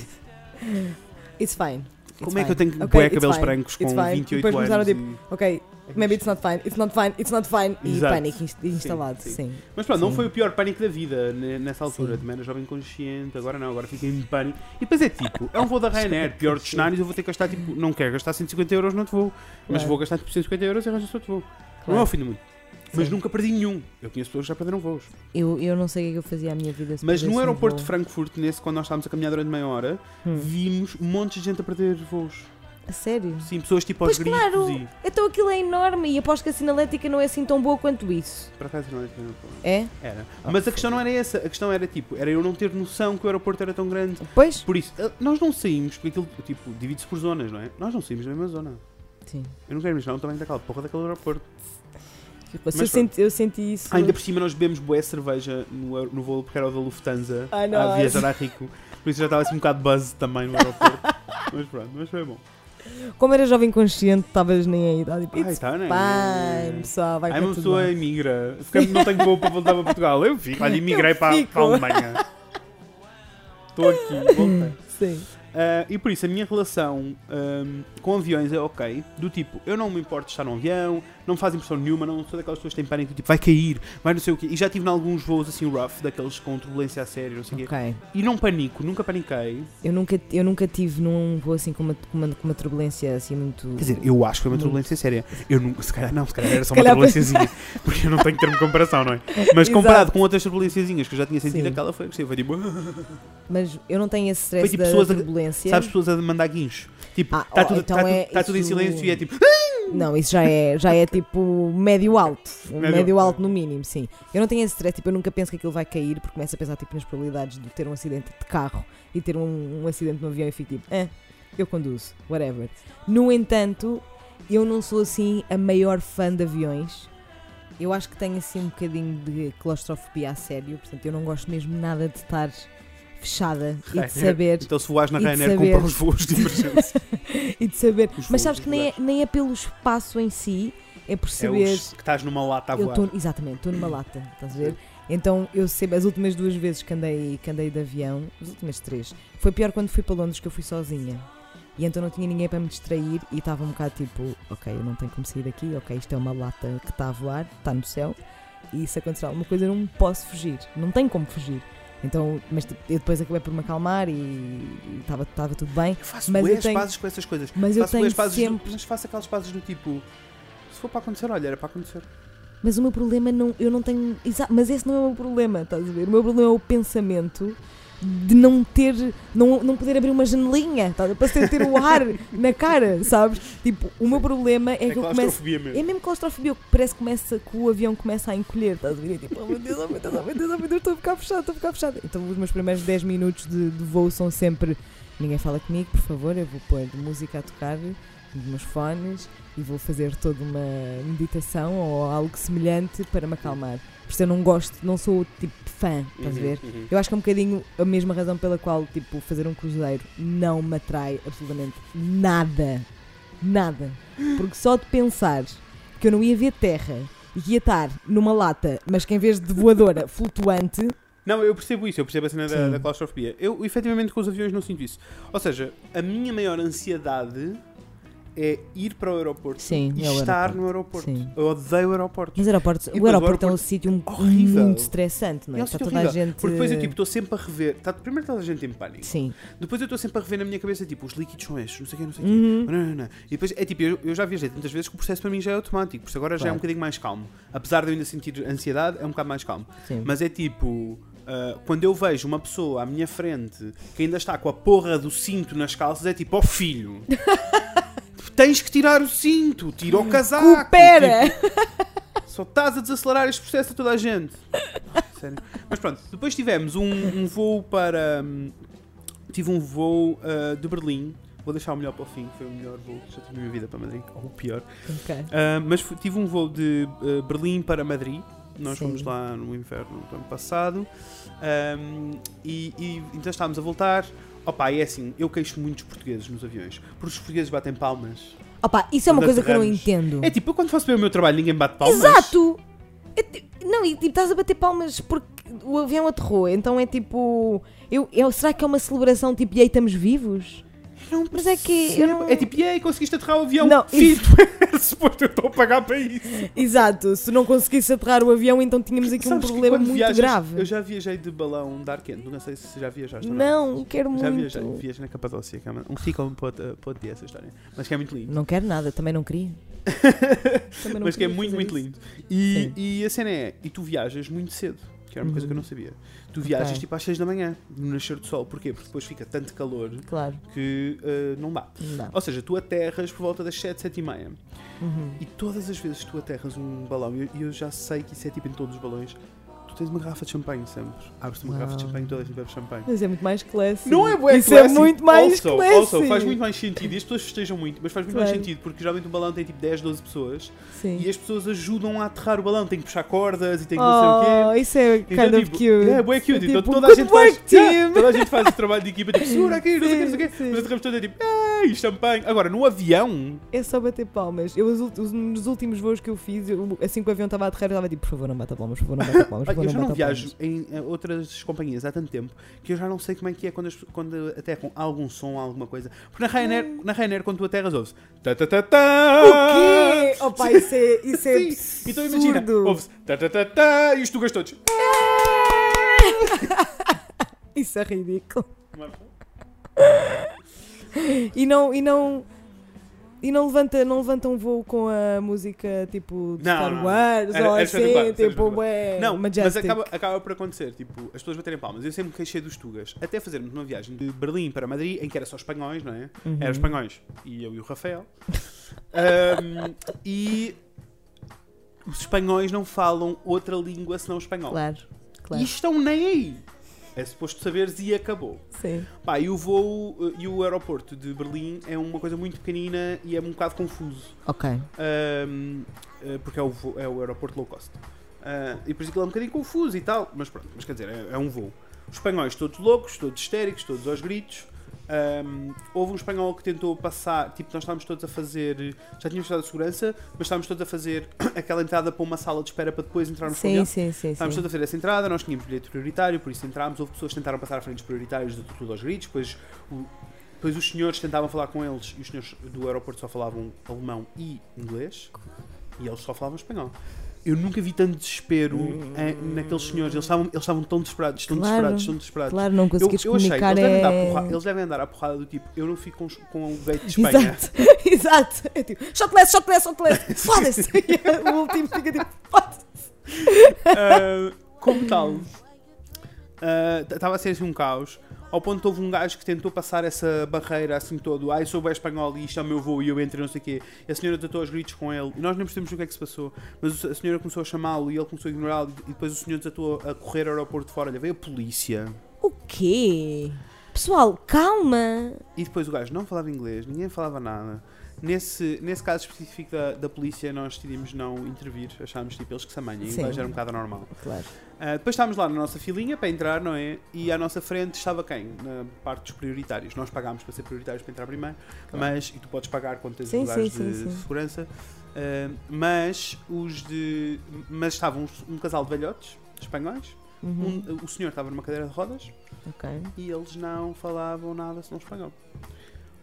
Speaker 2: It's fine. It's
Speaker 1: como é que eu
Speaker 2: fine.
Speaker 1: tenho
Speaker 2: Ok,
Speaker 1: bué
Speaker 2: it's
Speaker 1: cabelos
Speaker 2: fine.
Speaker 1: brancos com
Speaker 2: It's fine.
Speaker 1: 28
Speaker 2: Depois começaram,
Speaker 1: anos?
Speaker 2: tipo,
Speaker 1: e-
Speaker 2: Ok, maybe it's not fine, it's not fine, it's not fine. E
Speaker 1: Exato.
Speaker 2: pânico inst- instalado,
Speaker 1: sim.
Speaker 2: sim.
Speaker 1: Mas pronto, não
Speaker 2: Sim.
Speaker 1: foi o pior pânico da vida ne- nessa altura.
Speaker 2: Sim.
Speaker 1: Também era jovem consciente, agora não, agora fiquei em pânico. E depois é tipo, é um voo da Ryanair, pior dos cenários, eu vou ter que gastar tipo, não quero gastar 150 euros, não te vou. Mas
Speaker 2: Claro.
Speaker 1: vou gastar tipo 150 euros e arranjo-se outro voo. Não é o
Speaker 2: Claro.
Speaker 1: fim do mundo. Mas
Speaker 2: Sim.
Speaker 1: nunca perdi nenhum. Eu conheço pessoas que já perderam voos.
Speaker 2: Eu, eu não sei o que é que eu fazia a minha vida. se
Speaker 1: Mas
Speaker 2: perdesse
Speaker 1: no
Speaker 2: um
Speaker 1: aeroporto de
Speaker 2: voo.
Speaker 1: Frankfurt, nesse, quando nós estávamos a caminhar durante meia hora,
Speaker 2: Hum.
Speaker 1: vimos um monte de gente a perder voos.
Speaker 2: A sério?
Speaker 1: Sim, pessoas tipo aos
Speaker 2: Pois
Speaker 1: gritos
Speaker 2: claro.
Speaker 1: e.
Speaker 2: Então aquilo é enorme e aposto que a sinalética não é assim tão boa quanto isso.
Speaker 1: Para cá, não é?
Speaker 2: É?
Speaker 1: Era.
Speaker 2: Ah,
Speaker 1: Mas a questão não era essa. A questão era tipo, era eu não ter noção que o aeroporto era tão grande.
Speaker 2: Pois?
Speaker 1: Por isso, eh, nós não saímos, porque aquilo, tipo, divide-se por zonas, não é? Nós não saímos da mesma zona.
Speaker 2: Sim.
Speaker 1: Eu não quero imaginar o tamanho daquela porra daquele aeroporto.
Speaker 2: Mas Tipo, eu,
Speaker 1: pronto.
Speaker 2: senti, eu senti isso.
Speaker 1: Ah, Ainda por cima nós bebemos boé cerveja no, aer- no voo, porque era o da Lufthansa.
Speaker 2: Ai,
Speaker 1: a
Speaker 2: Ah, nós.
Speaker 1: viajar a rico. Por isso já estava assim um bocado de buzz também no aeroporto. mas pronto, mas foi bom.
Speaker 2: Como era jovem consciente, talvez nem aí. Tá, tipo,
Speaker 1: Ai,
Speaker 2: it's
Speaker 1: tá, né?
Speaker 2: fine, pessoal, vai
Speaker 1: Aí
Speaker 2: correr
Speaker 1: uma
Speaker 2: tudo
Speaker 1: pessoa
Speaker 2: bem.
Speaker 1: emigra. Ficamos, não tenho voo para voltar para Portugal. Eu fico, olha, emigrei
Speaker 2: Eu
Speaker 1: para,
Speaker 2: fico.
Speaker 1: para a Alemanha. Estou aqui, voltei.
Speaker 2: Sim.
Speaker 1: Ah, e por isso a minha relação ahm, com aviões é ok. Do tipo, eu não me importo de estar num avião, não me faz impressão nenhuma, não sou daquelas pessoas que têm pânico, do tipo, vai cair, vai não sei o quê. E já tive em alguns voos assim rough, daqueles com turbulência a sério, não sei o quê.
Speaker 2: Ok.
Speaker 1: E não panico, nunca paniquei.
Speaker 2: Eu nunca, eu nunca tive num voo assim com uma, com uma, com uma turbulência assim muito.
Speaker 1: Quer dizer, eu acho que foi uma
Speaker 2: Muito.
Speaker 1: turbulência séria. Eu nunca, se calhar não, se calhar era só
Speaker 2: Se
Speaker 1: uma
Speaker 2: calhar foi-
Speaker 1: turbulênciazinha. Porque eu não tenho termo de comparação, não é? Mas comparado com outras turbulênciazinhas que eu já tinha sentido,
Speaker 2: Sim.
Speaker 1: aquela foi, foi tipo,
Speaker 2: Mas eu não tenho esse stress
Speaker 1: Foi tipo
Speaker 2: da
Speaker 1: pessoas a-
Speaker 2: turbulência.
Speaker 1: sabes, pessoas a mandar guincho. Tipo,
Speaker 2: Ah,
Speaker 1: está
Speaker 2: oh,
Speaker 1: tudo,
Speaker 2: então
Speaker 1: tá tudo-
Speaker 2: é
Speaker 1: tá tudo em
Speaker 2: isso-
Speaker 1: silêncio e é tipo,
Speaker 2: Não, isso já é, já é tipo médio alto. Um
Speaker 1: Médio-
Speaker 2: Médio, alto no mínimo, sim. Eu não tenho esse stress, tipo, eu nunca penso que aquilo vai cair, porque começo a pensar tipo, nas probabilidades de ter um acidente de carro e ter um, um acidente no avião e fico tipo, ah, eu conduzo, whatever. No entanto, eu não sou assim a maior fã de aviões. Eu acho que tenho assim um bocadinho de claustrofobia a sério, portanto eu não gosto mesmo nada de estar fechada e de
Speaker 1: Ryanair.
Speaker 2: saber
Speaker 1: Então se voares na
Speaker 2: E de
Speaker 1: Ryanair,
Speaker 2: saber.
Speaker 1: compra os voos tipo, assim. de emergência.
Speaker 2: e de saber.
Speaker 1: Os voos,
Speaker 2: Mas sabes
Speaker 1: os
Speaker 2: que nem é,
Speaker 1: lugares.
Speaker 2: nem é pelo espaço em si, é por
Speaker 1: É
Speaker 2: saber.
Speaker 1: os que estás numa lata a
Speaker 2: Eu
Speaker 1: voar.
Speaker 2: tô, exatamente, estou numa lata, estás a ver? Então eu sempre, as últimas duas vezes que andei, que andei de avião, as últimas três, foi pior quando fui para Londres que eu fui sozinha. E então não tinha ninguém para me distrair e estava um bocado tipo, ok, eu não tenho como sair daqui, ok, isto é uma lata que está a voar, está no céu. e isso acontecer alguma coisa, eu não posso fugir. Não tenho como fugir. Então, mas tipo, eu depois acabei por me acalmar e estava tudo bem.
Speaker 1: Eu faço
Speaker 2: Mas
Speaker 1: bué
Speaker 2: eu
Speaker 1: as
Speaker 2: tenho-
Speaker 1: pazes com essas coisas.
Speaker 2: Mas eu
Speaker 1: faço bué
Speaker 2: tenho
Speaker 1: as pazes do-
Speaker 2: sempre-
Speaker 1: Mas faço aquelas pazes do tipo... Se for para acontecer, olha, era para acontecer.
Speaker 2: Mas o meu problema não. Eu não tenho. Exa- mas esse não é o meu problema, estás a ver? O meu problema é o pensamento de não ter. Não, não poder abrir uma janelinha estás a ver? para ter, ter o ar na cara, sabes? Tipo, o meu problema é que eu começo.
Speaker 1: claustrofobia
Speaker 2: É mesmo claustrofobia, que parece que, começa, que o avião começa a encolher, estás a ver? E tipo, oh meu Deus, oh meu Deus, oh meu Deus, oh meu Deus, estou a ficar fechado, estou a ficar fechado. Então os meus primeiros 10 minutos de, de voo são sempre ninguém fala comigo, por favor, eu vou pôr música a tocar nos meus fones e vou fazer toda uma meditação ou algo semelhante para me acalmar. Por isso eu não gosto, não sou o tipo de fã, estás a ver?
Speaker 1: Uhum.
Speaker 2: Eu acho que é um bocadinho a mesma razão pela qual, tipo, fazer um cruzeiro não me atrai absolutamente nada. Nada. Porque só de pensar que eu não ia ver terra e que ia estar numa lata, mas que em vez de voadora flutuante,
Speaker 1: Não, eu percebo isso, eu percebo a cena da,
Speaker 2: Sim.
Speaker 1: da claustrofobia. Eu, efetivamente, com os aviões não sinto isso. Ou seja, a minha maior ansiedade é ir para o aeroporto
Speaker 2: Sim,
Speaker 1: e
Speaker 2: é o
Speaker 1: estar
Speaker 2: aeroporto.
Speaker 1: no aeroporto.
Speaker 2: Sim.
Speaker 1: Eu odeio aeroportos.
Speaker 2: Mas o aeroporto,
Speaker 1: E
Speaker 2: o
Speaker 1: depois o
Speaker 2: aeroporto é um
Speaker 1: aeroporto-
Speaker 2: sítio
Speaker 1: horrível.
Speaker 2: muito estressante, não é?
Speaker 1: É um
Speaker 2: Está
Speaker 1: sítio
Speaker 2: toda a
Speaker 1: horrível,
Speaker 2: gente.
Speaker 1: Porque depois eu, tipo, estou sempre a rever... Tá, primeiro está a gente em pânico.
Speaker 2: Sim.
Speaker 1: Depois eu estou sempre a rever na minha cabeça, tipo, os líquidos são estes, não sei o quê, não sei o quê.
Speaker 2: Uhum.
Speaker 1: Não, não, não. E depois, é tipo, eu, eu já viajei tantas vezes que o processo para mim já é automático, por isso agora já é um
Speaker 2: Claro.
Speaker 1: bocadinho mais calmo. Apesar de eu ainda sentir ansiedade, é um bocado mais calmo.
Speaker 2: Sim.
Speaker 1: Mas é tipo, ah, quando eu vejo uma pessoa à minha frente que ainda está com a porra do cinto nas calças, é tipo, ó filho, tens que tirar o cinto, tira o
Speaker 2: tá
Speaker 1: casaco.
Speaker 2: Coopera!
Speaker 1: tipo, só estás a desacelerar este processo a toda a gente. Sério. Mas pronto, depois tivemos um, um voo para. hum, tive um voo ah, de Berlim. Vou deixar o melhor para o fim, que foi o melhor voo que já tive na minha vida para Madrid, ou o pior.
Speaker 2: Ok.
Speaker 1: Ah, mas fu- tive um voo de ah, Berlim para Madrid. Nós
Speaker 2: Sim.
Speaker 1: fomos lá no inverno do ano passado. Ahm, e, e então estávamos a voltar. Opa, e é assim, eu queixo muitos portugueses nos aviões, porque os portugueses batem palmas.
Speaker 2: Opa, isso é uma
Speaker 1: Quando
Speaker 2: coisa que eu não
Speaker 1: aterramos.
Speaker 2: entendo.
Speaker 1: É tipo, eu quando faço bem o meu trabalho, ninguém bate palmas.
Speaker 2: Exato! É ti- não, e tipo, estás a bater palmas porque o avião aterrou, então é tipo. Eu, eu- será que é uma celebração tipo, e aí estamos vivos?
Speaker 1: Não
Speaker 2: Mas é que. Eu não...
Speaker 1: É tipo, e aí, conseguiste aterrar o avião?
Speaker 2: Não,
Speaker 1: Filho,
Speaker 2: isso-
Speaker 1: tu és suposto, eu estou a pagar para isso.
Speaker 2: Exato, se não conseguisse aterrar o avião, então tínhamos aqui um
Speaker 1: Sabes que
Speaker 2: problema
Speaker 1: quando
Speaker 2: muito
Speaker 1: viajas-
Speaker 2: grave.
Speaker 1: Eu já viajei de balão um de Arquente, não sei se já viajaste ou
Speaker 2: Não, quero
Speaker 1: Já
Speaker 2: muito.
Speaker 1: viajei, viajei na Capadócia, que é uma- um ciclo para outro- para outro dia essa história. Mas que é muito lindo.
Speaker 2: Não quero nada, também não queria. Também não
Speaker 1: mas que é
Speaker 2: queria
Speaker 1: muito,
Speaker 2: fazer
Speaker 1: muito
Speaker 2: isso.
Speaker 1: lindo. E,
Speaker 2: Sim. Uhum.
Speaker 1: e a cena é, e tu viajas muito cedo, que era uma coisa que eu não sabia. Tu
Speaker 2: Ok.
Speaker 1: viajas tipo às 6 da manhã, no nascer do sol. Porquê? Porque depois fica tanto calor
Speaker 2: Claro,
Speaker 1: que ah, não dá.
Speaker 2: não dá.
Speaker 1: Ou seja, tu aterras por volta das 7, 7 e meia.
Speaker 2: Uhum.
Speaker 1: E todas as vezes que tu aterras um balão, e eu, e eu já sei que isso é tipo em todos os balões, tu tens uma garrafa de champanhe sempre. Abres-te uma garrafa de
Speaker 2: Uau.
Speaker 1: champanhe e toda a gente bebe champanhe.
Speaker 2: Mas é muito mais clássico.
Speaker 1: Não é bué
Speaker 2: Isso
Speaker 1: classy.
Speaker 2: é muito mais
Speaker 1: also,
Speaker 2: classy.
Speaker 1: also, faz muito mais sentido. E as pessoas festejam muito, mas faz muito mais
Speaker 2: Claro.
Speaker 1: sentido, porque geralmente o balão tem tipo 10, 12 pessoas
Speaker 2: Sim.
Speaker 1: e as pessoas ajudam a aterrar o balão. Tem que puxar cordas e tem que não sei o
Speaker 2: Oh,
Speaker 1: quê.
Speaker 2: isso é kind
Speaker 1: Então,
Speaker 2: of
Speaker 1: tipo,
Speaker 2: cute.
Speaker 1: É, bué cute. então
Speaker 2: tipo,
Speaker 1: toda a
Speaker 2: good
Speaker 1: gente faz.
Speaker 2: work, team.
Speaker 1: toda a gente faz o trabalho de equipa, tipo, segura aqui, não sei o quê, não sei o
Speaker 2: Sim,
Speaker 1: quê.
Speaker 2: sim.
Speaker 1: Mas aterramos toda tipo, ei, champanhe. Agora, no avião,
Speaker 2: É só bater palmas. Eu, os ult- os- nos últimos voos que eu fiz, eu- assim que o avião estava a aterrar, eu estava tipo, por favor, não bata palmas, por favor, não bata palmas,
Speaker 1: Olha,
Speaker 2: por favor,
Speaker 1: eu já
Speaker 2: não
Speaker 1: não
Speaker 2: bata
Speaker 1: viajo
Speaker 2: palmas.
Speaker 1: em eh, outras companhias há tanto tempo que eu já não sei como é que é quando, as- quando aterram algum som, alguma coisa. Porque na Ryanair, na Ryanair quando tu aterras, ouve-se. Tá, tá, tá, tá.
Speaker 2: Hum. O quê? Opa, isso é, isso é
Speaker 1: Sim. Então imagina,
Speaker 2: absurdo.
Speaker 1: ouve-se. Tá, tá, tá, tá, e os tugas todos.
Speaker 2: Isso é ridículo. E não, e não... E não levanta, não levanta um voo com a música tipo de
Speaker 1: Não,
Speaker 2: Star
Speaker 1: não.
Speaker 2: Wars
Speaker 1: Era-
Speaker 2: ou
Speaker 1: era
Speaker 2: assim,
Speaker 1: Star Wars, era
Speaker 2: tipo,
Speaker 1: Star Wars.
Speaker 2: ué,
Speaker 1: Não, mas
Speaker 2: majestic.
Speaker 1: acaba, acaba por acontecer, tipo, as pessoas baterem palmas. Eu sempre me queixei dos tugas. Até fazermos uma viagem de Berlim para Madrid, em que era só espanhóis, não é?
Speaker 2: Uhum.
Speaker 1: Era espanhóis. E eu e o Rafael. Ahm, e os espanhóis não falam outra língua senão o espanhol.
Speaker 2: Claro, claro.
Speaker 1: E estão nem aí. É suposto saberes e acabou.
Speaker 2: Sim.
Speaker 1: Pá, e o voo eh, e o aeroporto de Berlim é uma coisa muito pequenina e é um bocado confuso.
Speaker 2: Ok.
Speaker 1: Ahm, eh, porque é o, vo- é o aeroporto low cost. Ah, e por isso que ele é um bocadinho confuso e tal, mas pronto, mas quer dizer, é, é um voo. Os espanhóis todos loucos, todos histéricos, todos aos gritos. Ahm, houve um espanhol que tentou passar, tipo, nós estávamos todos a fazer, já tínhamos estado de segurança, mas estávamos todos a fazer aquela entrada para uma sala de espera para depois entrarmos no
Speaker 2: Sim,
Speaker 1: avião.
Speaker 2: sim, sim,
Speaker 1: Estávamos
Speaker 2: sim.
Speaker 1: todos a fazer essa entrada, nós tínhamos bilhete prioritário, por isso entrámos. Houve pessoas que tentaram passar à frente dos prioritários, de tudo aos gritos. Depois, o- depois os senhores tentavam falar com eles e os senhores do aeroporto só falavam alemão e inglês e eles só falavam espanhol. Eu nunca vi tanto desespero
Speaker 2: Hum.
Speaker 1: eh, naqueles senhores. Eles estavam, eles estavam tão desesperados, tão
Speaker 2: Claro.
Speaker 1: desesperados, tão desesperados.
Speaker 2: Claro, não
Speaker 1: Eu,
Speaker 2: conseguires
Speaker 1: eu achei que
Speaker 2: comunicar
Speaker 1: eles devem, dar
Speaker 2: é...
Speaker 1: porra- eles devem andar à porrada do tipo, eu não fico com, os- com o gate de Espanha.
Speaker 2: Exato, exato. É tipo, shotless, shotless, shotless, foda-se. E o último fica tipo, foda-se.
Speaker 1: Ah, como tal, estava a ser assim um caos. Ao ponto que houve um gajo que tentou passar essa barreira assim todo. Ai, sou bem espanhol e isto é o meu voo e eu entro e não sei o quê. E a senhora tratou aos gritos com ele. E nós nem percebemos o que é que se passou. Mas o- a senhora começou a chamá-lo e ele começou a ignorá-lo. E depois o senhor desatou a correr ao aeroporto fora. Olha, veio a polícia.
Speaker 2: O quê? Pessoal, calma.
Speaker 1: E depois o gajo não falava inglês, ninguém falava nada. Nesse, nesse caso específico da, da polícia, nós decidimos não intervir. Achámos tipo eles que se amanham. E o
Speaker 2: Sim.
Speaker 1: gajo era um bocado normal.
Speaker 2: Claro.
Speaker 1: Ah, depois estávamos lá na nossa filinha para entrar, não é? E à nossa frente estava quem? Na parte dos prioritários. Nós pagámos para ser prioritários para entrar primeiro,
Speaker 2: Claro.
Speaker 1: mas. E tu podes pagar quando tens
Speaker 2: Sim,
Speaker 1: lugares
Speaker 2: sim,
Speaker 1: de
Speaker 2: sim, sim.
Speaker 1: segurança. Ah, mas os de. Mas estavam uns- um casal de velhotes espanhóis.
Speaker 2: Uhum.
Speaker 1: Um- o senhor estava numa cadeira de rodas
Speaker 2: Ok.
Speaker 1: e eles não falavam nada senão espanhol.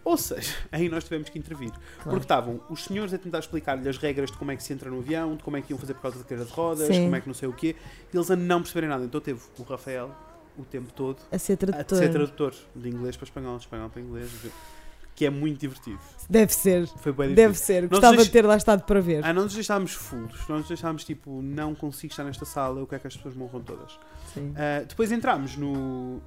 Speaker 1: Ou seja, aí nós tivemos que intervir.
Speaker 2: Claro.
Speaker 1: Porque estavam os senhores a tentar explicar-lhe as regras de como é que se entra no avião, de como é que iam fazer por causa da cadeira de rodas,
Speaker 2: Sim.
Speaker 1: como é que não sei o quê, e eles a não perceberem nada. Então teve o Rafael o tempo todo
Speaker 2: A ser
Speaker 1: a
Speaker 2: tradutor.
Speaker 1: ser tradutor de inglês para espanhol, de espanhol para inglês, que é muito divertido.
Speaker 2: Deve ser.
Speaker 1: Foi bem divertido.
Speaker 2: Deve ser.
Speaker 1: Nós
Speaker 2: Gostava
Speaker 1: deix-
Speaker 2: de ter lá estado para ver.
Speaker 1: Ah, não nos deixámos fulos, não nos deixámos tipo, não consigo estar nesta sala, o que é que as pessoas morram todas.
Speaker 2: Sim.
Speaker 1: Uh, depois entramos no, uh,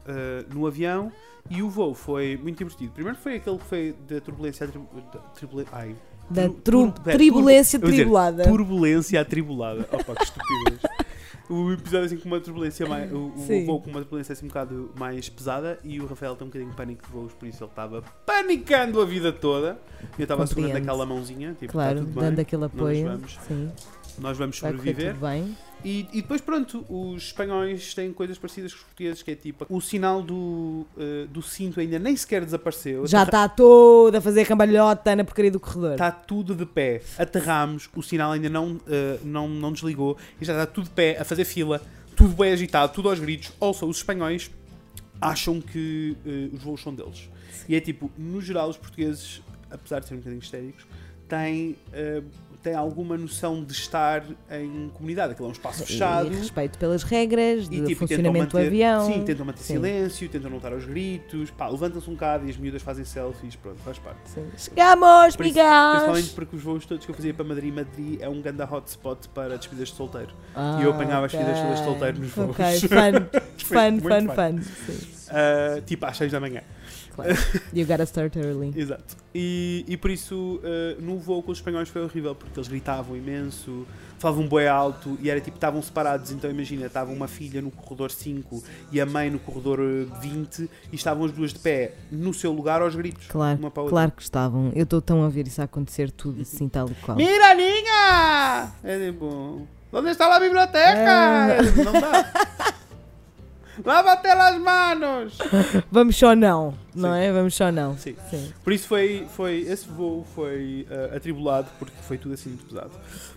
Speaker 1: no avião e o voo foi muito divertido. Primeiro foi aquele que foi da turbulência à tri- da tribula- ai,
Speaker 2: Da
Speaker 1: tur-
Speaker 2: tru-
Speaker 1: tur- é,
Speaker 2: tribulência
Speaker 1: tur- eu ia dizer,
Speaker 2: tribulada.
Speaker 1: turbulência atribulada. Opa, que estupidez. O episódio assim com uma turbulência mais. O, o
Speaker 2: Sim.
Speaker 1: voo com uma turbulência assim um bocado mais pesada e o Rafael tem um bocadinho de pânico de voos, por isso ele estava panicando a vida toda. Eu estava segurando
Speaker 2: Compreendo.
Speaker 1: aquela mãozinha, tipo,
Speaker 2: Claro,
Speaker 1: tá tudo
Speaker 2: dando
Speaker 1: bem,
Speaker 2: aquele
Speaker 1: nós
Speaker 2: apoio.
Speaker 1: vamos.
Speaker 2: Sim.
Speaker 1: nós vamos
Speaker 2: Vai correr
Speaker 1: sobreviver.
Speaker 2: tudo bem.
Speaker 1: E, e depois, pronto, os espanhóis têm coisas parecidas com os portugueses, que é tipo, o sinal do, eh, do cinto ainda nem sequer desapareceu.
Speaker 2: Já está toda a fazer cambalhota na porcaria do corredor.
Speaker 1: Está tudo de pé. Aterramos, o sinal ainda não, eh, não, não desligou e já está tudo de pé, a fazer fila, tudo bem agitado, tudo aos gritos. Ouça, os espanhóis acham que eh, os voos são deles. E é tipo, no geral, os portugueses, apesar de serem um bocadinho histéricos, têm, eh, têm alguma noção de estar em comunidade. Aquilo é um espaço fechado.
Speaker 2: E respeito pelas regras, do
Speaker 1: tipo, tentam
Speaker 2: funcionamento do
Speaker 1: manter-
Speaker 2: avião.
Speaker 1: Sim, tentam manter
Speaker 2: Sim.
Speaker 1: silêncio, tentam não estar aos gritos, pá, levantam-se um bocado e as miúdas fazem selfies, pronto, faz parte.
Speaker 2: Sim. Chegamos,
Speaker 1: Por isso, Principalmente
Speaker 2: migas!
Speaker 1: porque os voos todos que eu fazia para Madrid, Madrid é um ganda hotspot para despedidas de solteiro. E eu apanhava as filhas todas
Speaker 2: Ah, ok.
Speaker 1: solteiras nos voos.
Speaker 2: Ok, fun,
Speaker 1: Foi
Speaker 2: fun,
Speaker 1: muito
Speaker 2: fun, fun. Sim,
Speaker 1: Ah, tipo às 6 da manhã,
Speaker 2: claro. You gotta start early.
Speaker 1: exato. E, e por isso, ah, no voo com os espanhóis foi horrível, porque eles gritavam imenso, falavam boi alto e era tipo, estavam separados. Então imagina, estava uma filha no corredor 5 e a mãe no corredor ah, 20 e estavam as duas de pé no seu lugar aos gritos.
Speaker 2: Claro,
Speaker 1: Uma Uhum. para a outra.
Speaker 2: claro que estavam. Eu estou tão a ver isso a acontecer tudo assim, tal e qual.
Speaker 1: ¡Mira, niña! Es tipo, ¿dónde está la biblioteca?
Speaker 2: Ah.
Speaker 1: Es tipo, No está. ¡Lávate las manos!
Speaker 2: Vamos só não, não
Speaker 1: Sim.
Speaker 2: é? Vamos só não.
Speaker 1: Sim.
Speaker 2: Sim.
Speaker 1: Por isso foi, foi esse voo foi ah, atribulado porque foi tudo assim muito pesado.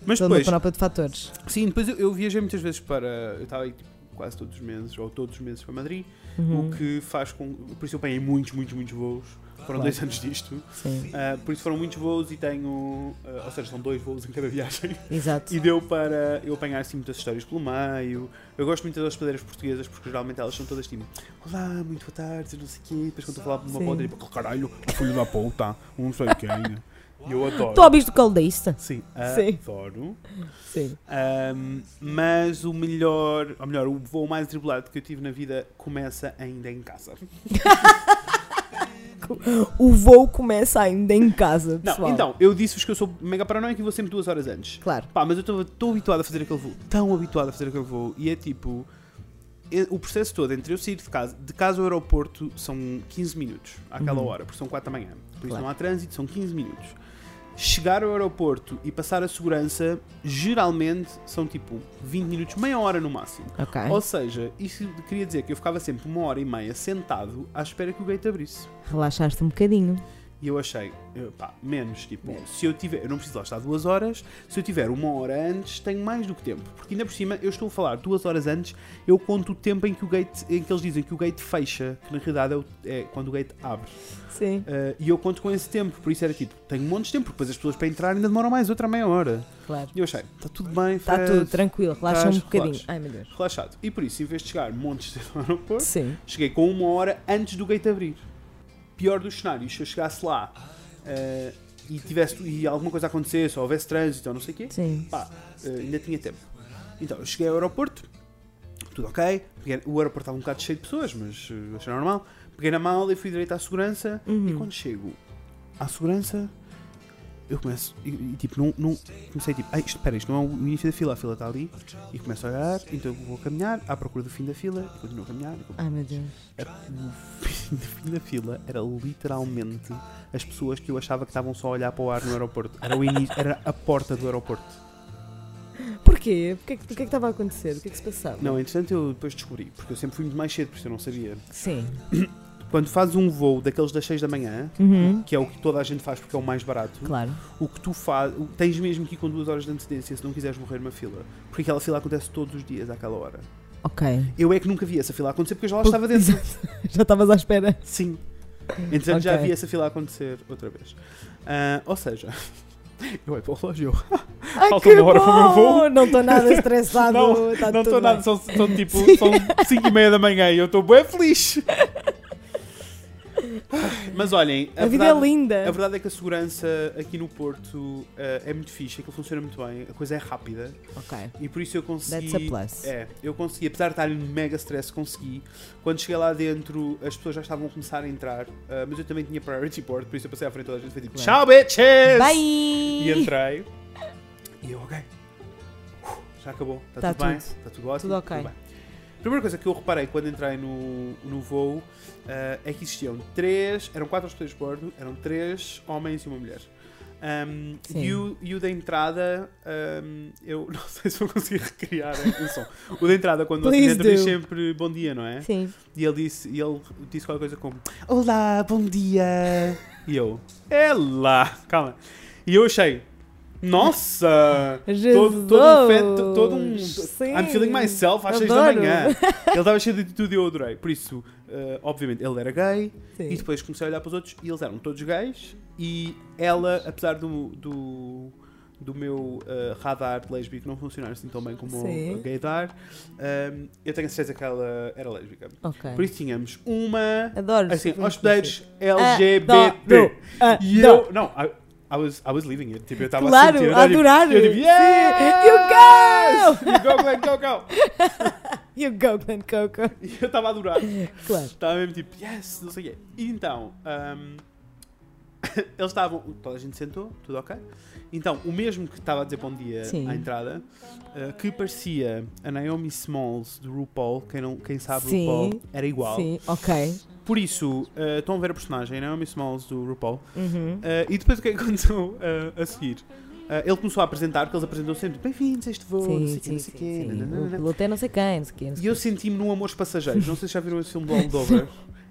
Speaker 1: Mas
Speaker 2: Toda a
Speaker 1: depois,
Speaker 2: panóplia de fatores.
Speaker 1: sim, depois eu, eu viajei muitas vezes para, eu estava aí tipo, quase todos os meses ou todos os meses para Madrid,
Speaker 2: Uhum,
Speaker 1: o que faz com, por isso eu apanhei muitos, muitos, muitos voos. Foram
Speaker 2: Claro.
Speaker 1: dois anos disto,
Speaker 2: Sim,
Speaker 1: Ah, por isso foram muitos voos e tenho, ah, ou seja, são dois voos em cada viagem.
Speaker 2: exato.
Speaker 1: E deu para eu apanhar assim muitas histórias pelo meio. Eu gosto muito das hospedeiras portuguesas porque geralmente elas são todas tipo Olá, muito boa tarde, não sei o quê. Depois quando eu falava para uma
Speaker 2: Sim.
Speaker 1: bota, tipo Caralho, filho da puta, um não sei quem. E eu adoro.
Speaker 2: Tu ouviste o caldeísta?
Speaker 1: Sim,
Speaker 2: Sim.
Speaker 1: adoro.
Speaker 2: Sim.
Speaker 1: Ahm, mas o melhor, ou melhor, o voo mais atribulado que eu tive na vida começa ainda em casa.
Speaker 2: O voo começa ainda em casa,
Speaker 1: Não,
Speaker 2: pessoal.
Speaker 1: então, eu disse-vos que eu sou mega paranoico e vou sempre duas horas antes.
Speaker 2: Claro.
Speaker 1: Pá, mas eu estou habituado a fazer aquele voo, tão habituado a fazer aquele voo, e é tipo. é- O processo todo entre eu sair de casa, de casa ao aeroporto são 15 minutos, àquela
Speaker 2: Uhum.
Speaker 1: hora, porque são 4 da manhã. Por isso
Speaker 2: Claro.
Speaker 1: não há trânsito, são 15 minutos. Chegar ao aeroporto e passar a segurança, geralmente são tipo 20 minutos, meia hora no máximo.
Speaker 2: Ok.
Speaker 1: Ou seja, isso queria dizer que eu ficava sempre uma hora e meia sentado à espera que o gate abrisse.
Speaker 2: Relaxaste um bocadinho.
Speaker 1: E eu achei, eu, pá, menos, tipo,
Speaker 2: Menos.
Speaker 1: se eu tiver, eu não preciso lá estar duas horas, se eu tiver uma hora antes, tenho mais do que tempo. Porque ainda por cima, eu estou a falar duas horas antes, eu conto o tempo em que o gate, em que eles dizem que o gate fecha, que na realidade é, o- é quando o gate abre.
Speaker 2: Sim.
Speaker 1: Ah, e eu conto com esse tempo, por isso era tipo, tenho um monte de tempo, porque depois as pessoas para entrar ainda demoram mais outra meia hora.
Speaker 2: Claro.
Speaker 1: E eu achei, está tudo bem,
Speaker 2: Está
Speaker 1: Fred,
Speaker 2: Tá tudo tranquilo, relaxa um
Speaker 1: relaxa.
Speaker 2: bocadinho. Ai meu Deus.
Speaker 1: relaxado. E por isso, em vez de chegar montes de aeroporto,
Speaker 2: Sim.
Speaker 1: Cheguei com uma hora antes do gate abrir. Pior dos cenários, se eu chegasse lá eh, e, tivesse, e alguma coisa acontecesse, ou houvesse trânsito ou não sei o quê,
Speaker 2: Sim.
Speaker 1: pá, eh, ainda tinha tempo. Então, eu cheguei ao aeroporto, tudo ok, peguei- o aeroporto estava um bocado cheio de pessoas, mas eh, achei normal. Peguei na mala e fui direito à segurança, e
Speaker 2: Uhum.
Speaker 1: quando chego à segurança, eu começo, e, e, tipo, não, não- comecei tipo, "Ai, isto- espera, isto não é o início da fila, a fila está ali, e começo a olhar, então eu vou caminhar à procura do fim da fila, e continuo a caminhar, e continuo
Speaker 2: Ai meu Deus.
Speaker 1: o fim do fim da fila era literalmente as pessoas que eu achava que estavam só a olhar para o ar no aeroporto. Era, o início, era a porta do aeroporto.
Speaker 2: Porquê? Porquê que- O que é que estava a acontecer? O que é que se passava?
Speaker 1: Não, entretanto eu depois descobri, porque eu sempre fui muito mais cedo, por isso eu não sabia.
Speaker 2: Sim.
Speaker 1: Quando fazes um voo daqueles das 6 da manhã,
Speaker 2: Uhum.
Speaker 1: que é o que toda a gente faz porque é o mais barato,
Speaker 2: Claro.
Speaker 1: o que tu fazes, tens mesmo que ir com duas horas de antecedência se não quiseres morrer numa fila. Porque aquela fila acontece todos os dias àquela hora.
Speaker 2: Ok.
Speaker 1: Eu é que nunca vi essa fila acontecer porque eu já lá estava dentro.
Speaker 2: Já estavas à espera.
Speaker 1: Sim. Entretanto, já
Speaker 2: Ok.
Speaker 1: vi essa fila acontecer outra vez. Ah, ou seja, eu olho para o relógio.
Speaker 2: Ai,
Speaker 1: Falta
Speaker 2: que
Speaker 1: uma hora para o meu
Speaker 2: bom!
Speaker 1: voo.
Speaker 2: Não estou nada estressado.
Speaker 1: Não,
Speaker 2: está
Speaker 1: não
Speaker 2: Ah, tudo
Speaker 1: estou nada,
Speaker 2: bem.
Speaker 1: são, são tipo 5 e meia da manhã e eu estou bem feliz. Mas olhem,
Speaker 2: A, vida é linda.
Speaker 1: a verdade é que a segurança aqui no Porto ah, é muito fixe, aquilo funciona muito bem, a coisa é rápida
Speaker 2: Ok.
Speaker 1: e por isso eu
Speaker 2: That's
Speaker 1: consegui.
Speaker 2: a plus.
Speaker 1: É, eu consegui, apesar de estar em mega stress, consegui. Quando cheguei lá dentro, as pessoas já estavam a começar a entrar, ah, mas eu também tinha priority board, por isso eu passei à frente de toda a gente e foi tipo: Tchau,
Speaker 2: Claro.
Speaker 1: bitches!
Speaker 2: Bye!
Speaker 1: E entrei. E eu, ok. Uf, Já acabou. Está
Speaker 2: Tá
Speaker 1: tudo, bem?
Speaker 2: tudo.
Speaker 1: Está tudo ótimo?
Speaker 2: Tudo ok.
Speaker 1: bem. Primeira coisa que eu reparei quando entrei no, no voo ah, é que existiam três, eram quatro pessoas de bordo, eram três homens e uma mulher. Ahm,
Speaker 2: Sim.
Speaker 1: e, o, e o da entrada, ahm, eu não sei se vou conseguir recriar o som. O da entrada, quando você
Speaker 2: Please
Speaker 1: entra, diz
Speaker 2: do.
Speaker 1: sempre bom dia, não é?
Speaker 2: Sim.
Speaker 1: E ele disse, e ele disse qualquer coisa como Olá, bom dia. E eu, é lá, calma. E eu achei, nossa, todo, todo um fe- to- todo um.
Speaker 2: Jesus!
Speaker 1: I'm feeling myself às 6 da
Speaker 2: adoro.
Speaker 1: manhã. Ele estava cheio de atitude e eu adorei. Por isso, eh, obviamente, ele era gay.
Speaker 2: Sim.
Speaker 1: E tipo, depois comecei a olhar para os outros e eles eram todos gays. E ela, apesar do, do, do meu eh, radar lésbico não funcionar assim tão bem como
Speaker 2: Sim.
Speaker 1: o gaydar, ehm, eu tenho a certeza que ela era lésbica.
Speaker 2: Ok.
Speaker 1: Por isso tínhamos uma.
Speaker 2: Adoro.
Speaker 1: Assim,
Speaker 2: Sim, Ah,
Speaker 1: hospedeiros
Speaker 2: Adoro.
Speaker 1: LGBT. E
Speaker 2: Adoro.
Speaker 1: eu. Não, I, I was, I was living it. Tipo, eu estava
Speaker 2: Claro,
Speaker 1: a sentir. eu
Speaker 2: a
Speaker 1: tava tipo-
Speaker 2: adorar.
Speaker 1: Eu tipo, yeah! You
Speaker 2: Sim.
Speaker 1: go! You go, Glenn, go, go!
Speaker 2: You go, Glen Coco.
Speaker 1: E eu estava a adorar.
Speaker 2: Claro.
Speaker 1: Estava mesmo tipo, yes, não sei o quê. E então, ahm, eles estavam, toda a gente sentou, tudo ok. Então, o mesmo que estava a dizer bom dia
Speaker 2: Sim.
Speaker 1: à entrada, ah, que parecia a Naomi Smalls do RuPaul, quem, não, quem sabe
Speaker 2: Sim.
Speaker 1: RuPaul, era igual.
Speaker 2: Sim, ok.
Speaker 1: Por isso, ah, estão a ver a personagem, Naomi Smalls do RuPaul,
Speaker 2: Uhum.
Speaker 1: Uh, e depois o que é que aconteceu uh, a seguir? Uh, ele começou a apresentar, porque eles apresentam sempre bem-vindos a este voo, não sei o quê, não sei o quê.
Speaker 2: O
Speaker 1: nananana."
Speaker 2: piloto é não sei quem, não sei quem. não sei
Speaker 1: E eu senti-me num Amores Passageiros. Não sei se já viram esse filme do Almodóvar.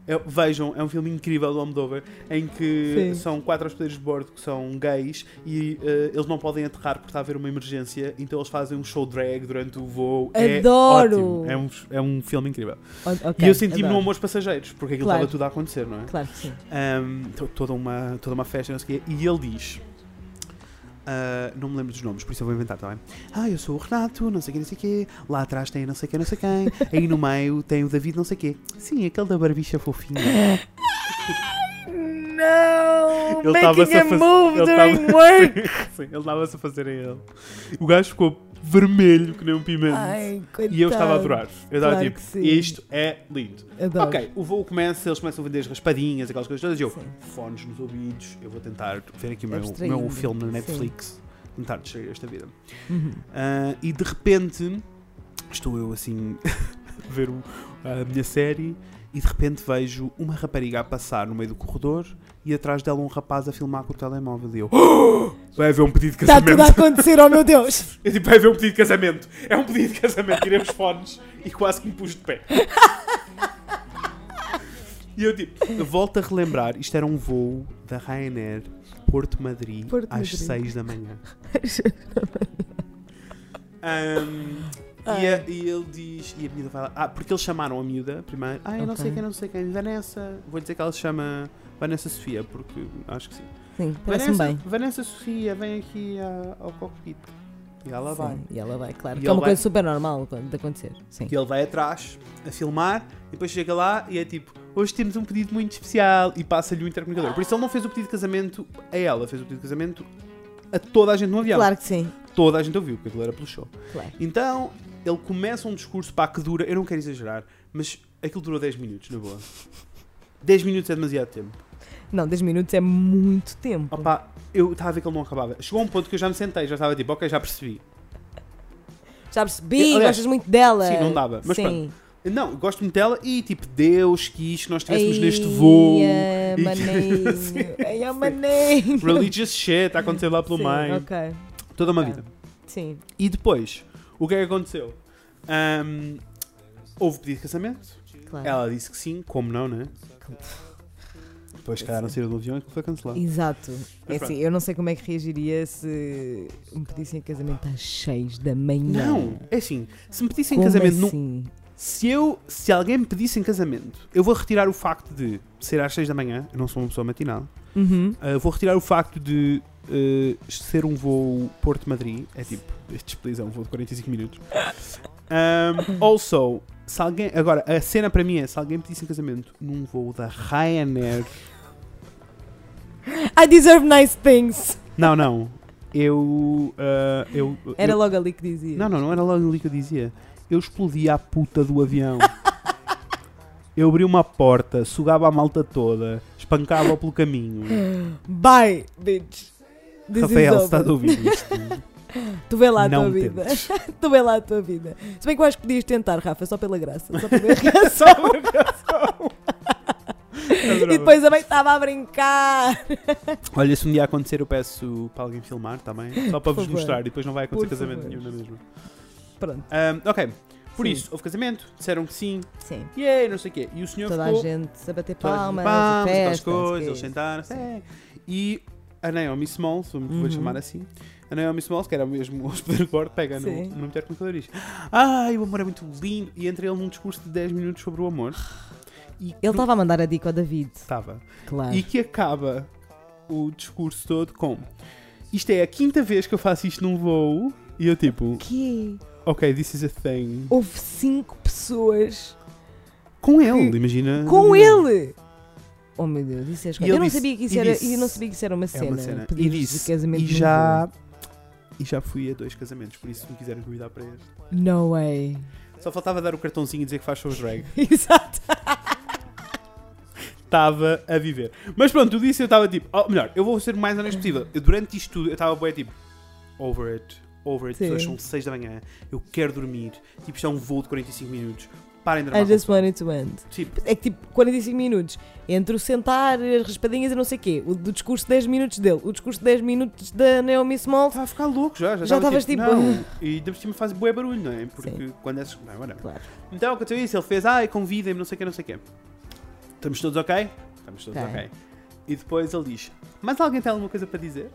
Speaker 1: É- vejam, é um filme incrível do Almodóvar em que
Speaker 2: Sim.
Speaker 1: são quatro hospedeiros de bordo que são gays e uh, eles não podem aterrar porque está a haver uma emergência, então eles fazem um show drag durante o voo. É
Speaker 2: Adoro!
Speaker 1: ótimo. É, um, é um filme incrível.
Speaker 2: quem. O- ok,
Speaker 1: e eu senti-me num
Speaker 2: adoro.
Speaker 1: Amores Passageiros, porque aquilo
Speaker 2: Claro.
Speaker 1: estava tudo a acontecer, não é?
Speaker 2: Claro que sim.
Speaker 1: Um, to- toda, uma, toda uma festa, não sei o quê, e ele diz. ah, não me lembro dos nomes, por isso eu vou inventar, tá bem? Ah, eu sou o Renato, não sei quem, não sei quê. Lá atrás tem não sei quem, não sei quem. Aí no meio tem o David, não sei quê. Sim, aquele da barbicha fofinha.
Speaker 2: Não!
Speaker 1: Ele tava-se making a a faz- move ele tava- during
Speaker 2: work!
Speaker 1: Sim, ele estava-se a fazer a ele. O gajo ficou vermelho que nem um pimento.
Speaker 2: Ai, coitado.
Speaker 1: e eu estava a adorar. Eu estava
Speaker 2: Claro
Speaker 1: tipo,
Speaker 2: que sim.
Speaker 1: isto é lindo.
Speaker 2: Adoro.
Speaker 1: Ok, o voo começa, eles começam a vender as raspadinhas, aquelas coisas todas, e eu,
Speaker 2: Sim.
Speaker 1: fones nos ouvidos, eu vou tentar ver aqui o meu, o
Speaker 2: Abstraindo.
Speaker 1: meu filme na
Speaker 2: Sim.
Speaker 1: Netflix, tentar distrair esta vida.
Speaker 2: Uhum.
Speaker 1: Ah, e de repente, estou eu assim, a ver o- a minha série, e de repente vejo uma rapariga a passar no meio do corredor, e atrás dela um rapaz a filmar com o telemóvel, e eu, "Oh! vai haver um pedido de
Speaker 2: Está Tá tudo a
Speaker 1: casamento.
Speaker 2: acontecer, oh meu Deus!
Speaker 1: Eu tipo, vai haver um pedido de casamento. É um pedido de casamento. Tirei os fones e quase que me pus de pé. E eu tipo, volto a relembrar, isto era um voo da Ryanair Porto Madrid
Speaker 2: Porto
Speaker 1: às
Speaker 2: Madrid.
Speaker 1: 6 da manhã. Ahm, e,
Speaker 2: Ah.
Speaker 1: a- e ele diz, e a miúda vai lá, ah, porque eles chamaram a miúda primeiro, ah, eu não sei
Speaker 2: Ok.
Speaker 1: quem, não sei quem, Vanessa, vou dizer que ela se chama Vanessa Sofia, porque acho que sim.
Speaker 2: Sim, parece-me
Speaker 1: Vanessa,
Speaker 2: bem.
Speaker 1: Vanessa Sofia, vem aqui a- ao cockpit. E ela
Speaker 2: Sim,
Speaker 1: vai.
Speaker 2: E ela vai, claro.
Speaker 1: E
Speaker 2: que é
Speaker 1: ele
Speaker 2: uma coisa
Speaker 1: vai-
Speaker 2: super normal de acontecer. Sim.
Speaker 1: E ele vai atrás a filmar, e depois chega lá e é tipo: Hoje temos um pedido muito especial. E passa-lhe o intercomunicador. Por isso ele não fez o pedido de casamento a ela, fez o pedido de casamento a toda a gente no avião.
Speaker 2: Claro que sim.
Speaker 1: Toda a gente ouviu, porque aquilo era pelo show.
Speaker 2: Claro.
Speaker 1: Então ele começa um discurso pá, que dura, eu não quero exagerar, mas aquilo durou 10 minutos, na boa. 10 minutos é demasiado tempo.
Speaker 2: Não, 10 minutos é muito tempo.
Speaker 1: Opa, eu estava a ver que ele não acabava. Chegou a um ponto que eu já me sentei, já estava tipo: Ok, já percebi.
Speaker 2: Já percebi,
Speaker 1: Aliás,
Speaker 2: gostas muito dela.
Speaker 1: sim, não dava, mas
Speaker 2: sim.
Speaker 1: pronto. Não, gosto muito dela e tipo, Deus quis que nós estivéssemos
Speaker 2: Ai,
Speaker 1: neste voo.
Speaker 2: ah,
Speaker 1: e-
Speaker 2: maninho.
Speaker 1: Sim.
Speaker 2: Ai, ah, maninho.
Speaker 1: Religious shit a acontecer lá pelo
Speaker 2: Sim,
Speaker 1: meio.
Speaker 2: Ok. É.
Speaker 1: Toda uma
Speaker 2: Ok.
Speaker 1: vida.
Speaker 2: Sim.
Speaker 1: E depois, o que é que aconteceu? Ahm, houve pedido de casamento.
Speaker 2: Claro.
Speaker 1: Ela disse que sim, como não, né?
Speaker 2: Como-
Speaker 1: Depois, se calhar, não saíram do avião e aquilo foi cancelado.
Speaker 2: Exato. É
Speaker 1: Mas
Speaker 2: assim, eu não sei como é que reagiria se me pedissem em casamento às 6 da manhã.
Speaker 1: Não, é assim, se me pedissem em
Speaker 2: Como
Speaker 1: casamento, não-
Speaker 2: assim?
Speaker 1: se eu, se alguém me pedisse em casamento, eu vou retirar o facto de ser às 6 da manhã, eu não sou uma pessoa matinal,
Speaker 2: Uhum.
Speaker 1: Ah, vou retirar o facto de ah, ser um voo Porto-Madrid. É tipo, este despliz é um voo de 45 minutos. Ahm, also, se alguém. Agora, a cena para mim é: se alguém pedisse em casamento num voo da Ryanair.
Speaker 2: I deserve nice things.
Speaker 1: Não, não. Eu. ah, eu,
Speaker 2: Era
Speaker 1: eu-
Speaker 2: logo ali que dizia.
Speaker 1: Não, não, não era logo ali que eu dizia. Eu explodia a puta do avião. Eu abri uma porta, sugava a malta toda, espancava-a pelo caminho.
Speaker 2: Bye, bitch. This
Speaker 1: Rafael,
Speaker 2: is
Speaker 1: se estás a
Speaker 2: over.
Speaker 1: ouvir isto?
Speaker 2: Tu vê lá a tua
Speaker 1: Não
Speaker 2: vida.
Speaker 1: tentes.
Speaker 2: Tu vê lá a tua vida. Se bem que eu acho que podias tentar, Rafa, só pela graça. Só para ver a reação. e depois a mãe estava a brincar.
Speaker 1: Olha, se um dia acontecer, eu peço para alguém filmar também, só para
Speaker 2: Por
Speaker 1: vos
Speaker 2: favor.
Speaker 1: mostrar. E depois não vai acontecer
Speaker 2: Por
Speaker 1: casamento
Speaker 2: favor.
Speaker 1: nenhum, não é mesmo?
Speaker 2: Pronto,
Speaker 1: Ahm, ok, por
Speaker 2: Sim.
Speaker 1: isso, houve casamento, disseram que sim,
Speaker 2: sim.
Speaker 1: yay, não sei o quê. E o senhor
Speaker 2: Toda a
Speaker 1: ficou.
Speaker 2: gente a bater
Speaker 1: toda a
Speaker 2: palmas,
Speaker 1: palmas,
Speaker 2: a festa,
Speaker 1: aquelas coisas, eles
Speaker 2: não sei o quê.
Speaker 1: sentaram-se. é. E a Naomi Smalls, vou vou
Speaker 2: Uhum.
Speaker 1: chamar assim, a Naomi Smalls, que era mesmo o hospedeiro de bordo, pega no,
Speaker 2: Sim.
Speaker 1: no mulher com e diz: Ai, o amor é muito lindo. E entra ele num discurso de 10 minutos sobre o amor. E
Speaker 2: Ele estava a mandar a dica ao David,
Speaker 1: estava.
Speaker 2: claro.
Speaker 1: e que acaba o discurso todo com isto é a quinta vez que eu faço isto num voo e eu tipo,
Speaker 2: Que é?
Speaker 1: ok, this is a thing.
Speaker 2: houve cinco pessoas
Speaker 1: Com ele, imagina.
Speaker 2: com ele. Oh meu Deus, isso é escroto.
Speaker 1: Hum. E ele
Speaker 2: Eu não
Speaker 1: disse-
Speaker 2: sabia que isso
Speaker 1: e
Speaker 2: era,
Speaker 1: disse-
Speaker 2: eu não sabia que isso era uma
Speaker 1: É
Speaker 2: cena.
Speaker 1: uma cena. E
Speaker 2: Pedidos de um
Speaker 1: disse,
Speaker 2: casamento
Speaker 1: e
Speaker 2: num
Speaker 1: já, e já fui a dois casamentos, por isso se me quiserem convidar para este.
Speaker 2: voo. No way.
Speaker 1: Só faltava dar o cartãozinho e dizer que faz shows drag.
Speaker 2: Exato.
Speaker 1: Estava a viver. Mas pronto, tudo isso eu estava tipo, oh, melhor, eu vou ser o mais honesto possível. Eu, durante isto tudo eu estava bem tipo, over it, over it,
Speaker 2: Sim.
Speaker 1: Hoje são 6 da manhã, eu quero dormir, tipo, isto é um voo de 45 minutos, parem de
Speaker 2: I
Speaker 1: armar
Speaker 2: just wanted to end.
Speaker 1: Tipo,
Speaker 2: É que tipo 45 minutos entre o sentar, as raspadinhas e não sei o quê, o do discurso de 10 minutos dele, o discurso de 10 minutos da Naomi Smalls.
Speaker 1: Estava a ficar louco já. Já,
Speaker 2: Já
Speaker 1: estava
Speaker 2: estavas tipo,
Speaker 1: Não. E depois cima faz bué barulho, não é? Porque quando é. Não, não.
Speaker 2: Claro.
Speaker 1: Então aconteceu isso, ele fez, ai, convidem-me, não sei o quê, não sei o quê. Estamos todos ok? Estamos todos
Speaker 2: Tá.
Speaker 1: ok. E depois ele diz, mas alguém tem alguma coisa para dizer?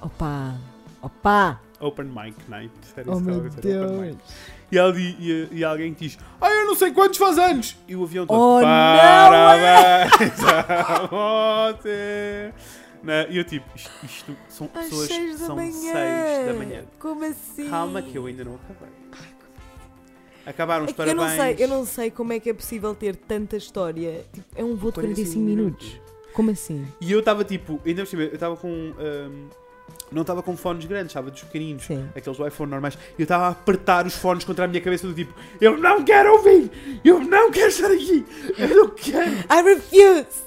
Speaker 2: Opa, opa,
Speaker 1: Open mic night. Era
Speaker 2: oh
Speaker 1: isso que estava
Speaker 2: meu
Speaker 1: a acontecer, open
Speaker 2: Deus.
Speaker 1: mic. E, ele, di- e, e alguém diz, ai, eu não sei quantos faz anos! E o avião todo,
Speaker 2: Oh, não,
Speaker 1: parabéns a você! Né? E eu tipo, isto, isto são
Speaker 2: Às
Speaker 1: pessoas,
Speaker 2: seis da
Speaker 1: são
Speaker 2: manhã.
Speaker 1: 6 da manhã.
Speaker 2: Como assim?
Speaker 1: Calma que eu ainda não acabei. Acabaram os
Speaker 2: É que eu
Speaker 1: parabéns.
Speaker 2: não sei, eu não sei como é que é possível ter tanta história. Tipo, é um
Speaker 1: assim,
Speaker 2: voo de 45 minutos. Como assim?
Speaker 1: E eu estava tipo, ainda por cima, eu estava com. ahm, não estava com fones grandes, estava dos pequeninos.
Speaker 2: Sim.
Speaker 1: Aqueles do iPhone normais. E eu estava a apertar os fones contra a minha cabeça do tipo, eu não quero ouvir! Eu não quero estar aqui! Eu não quero!
Speaker 2: I refuse!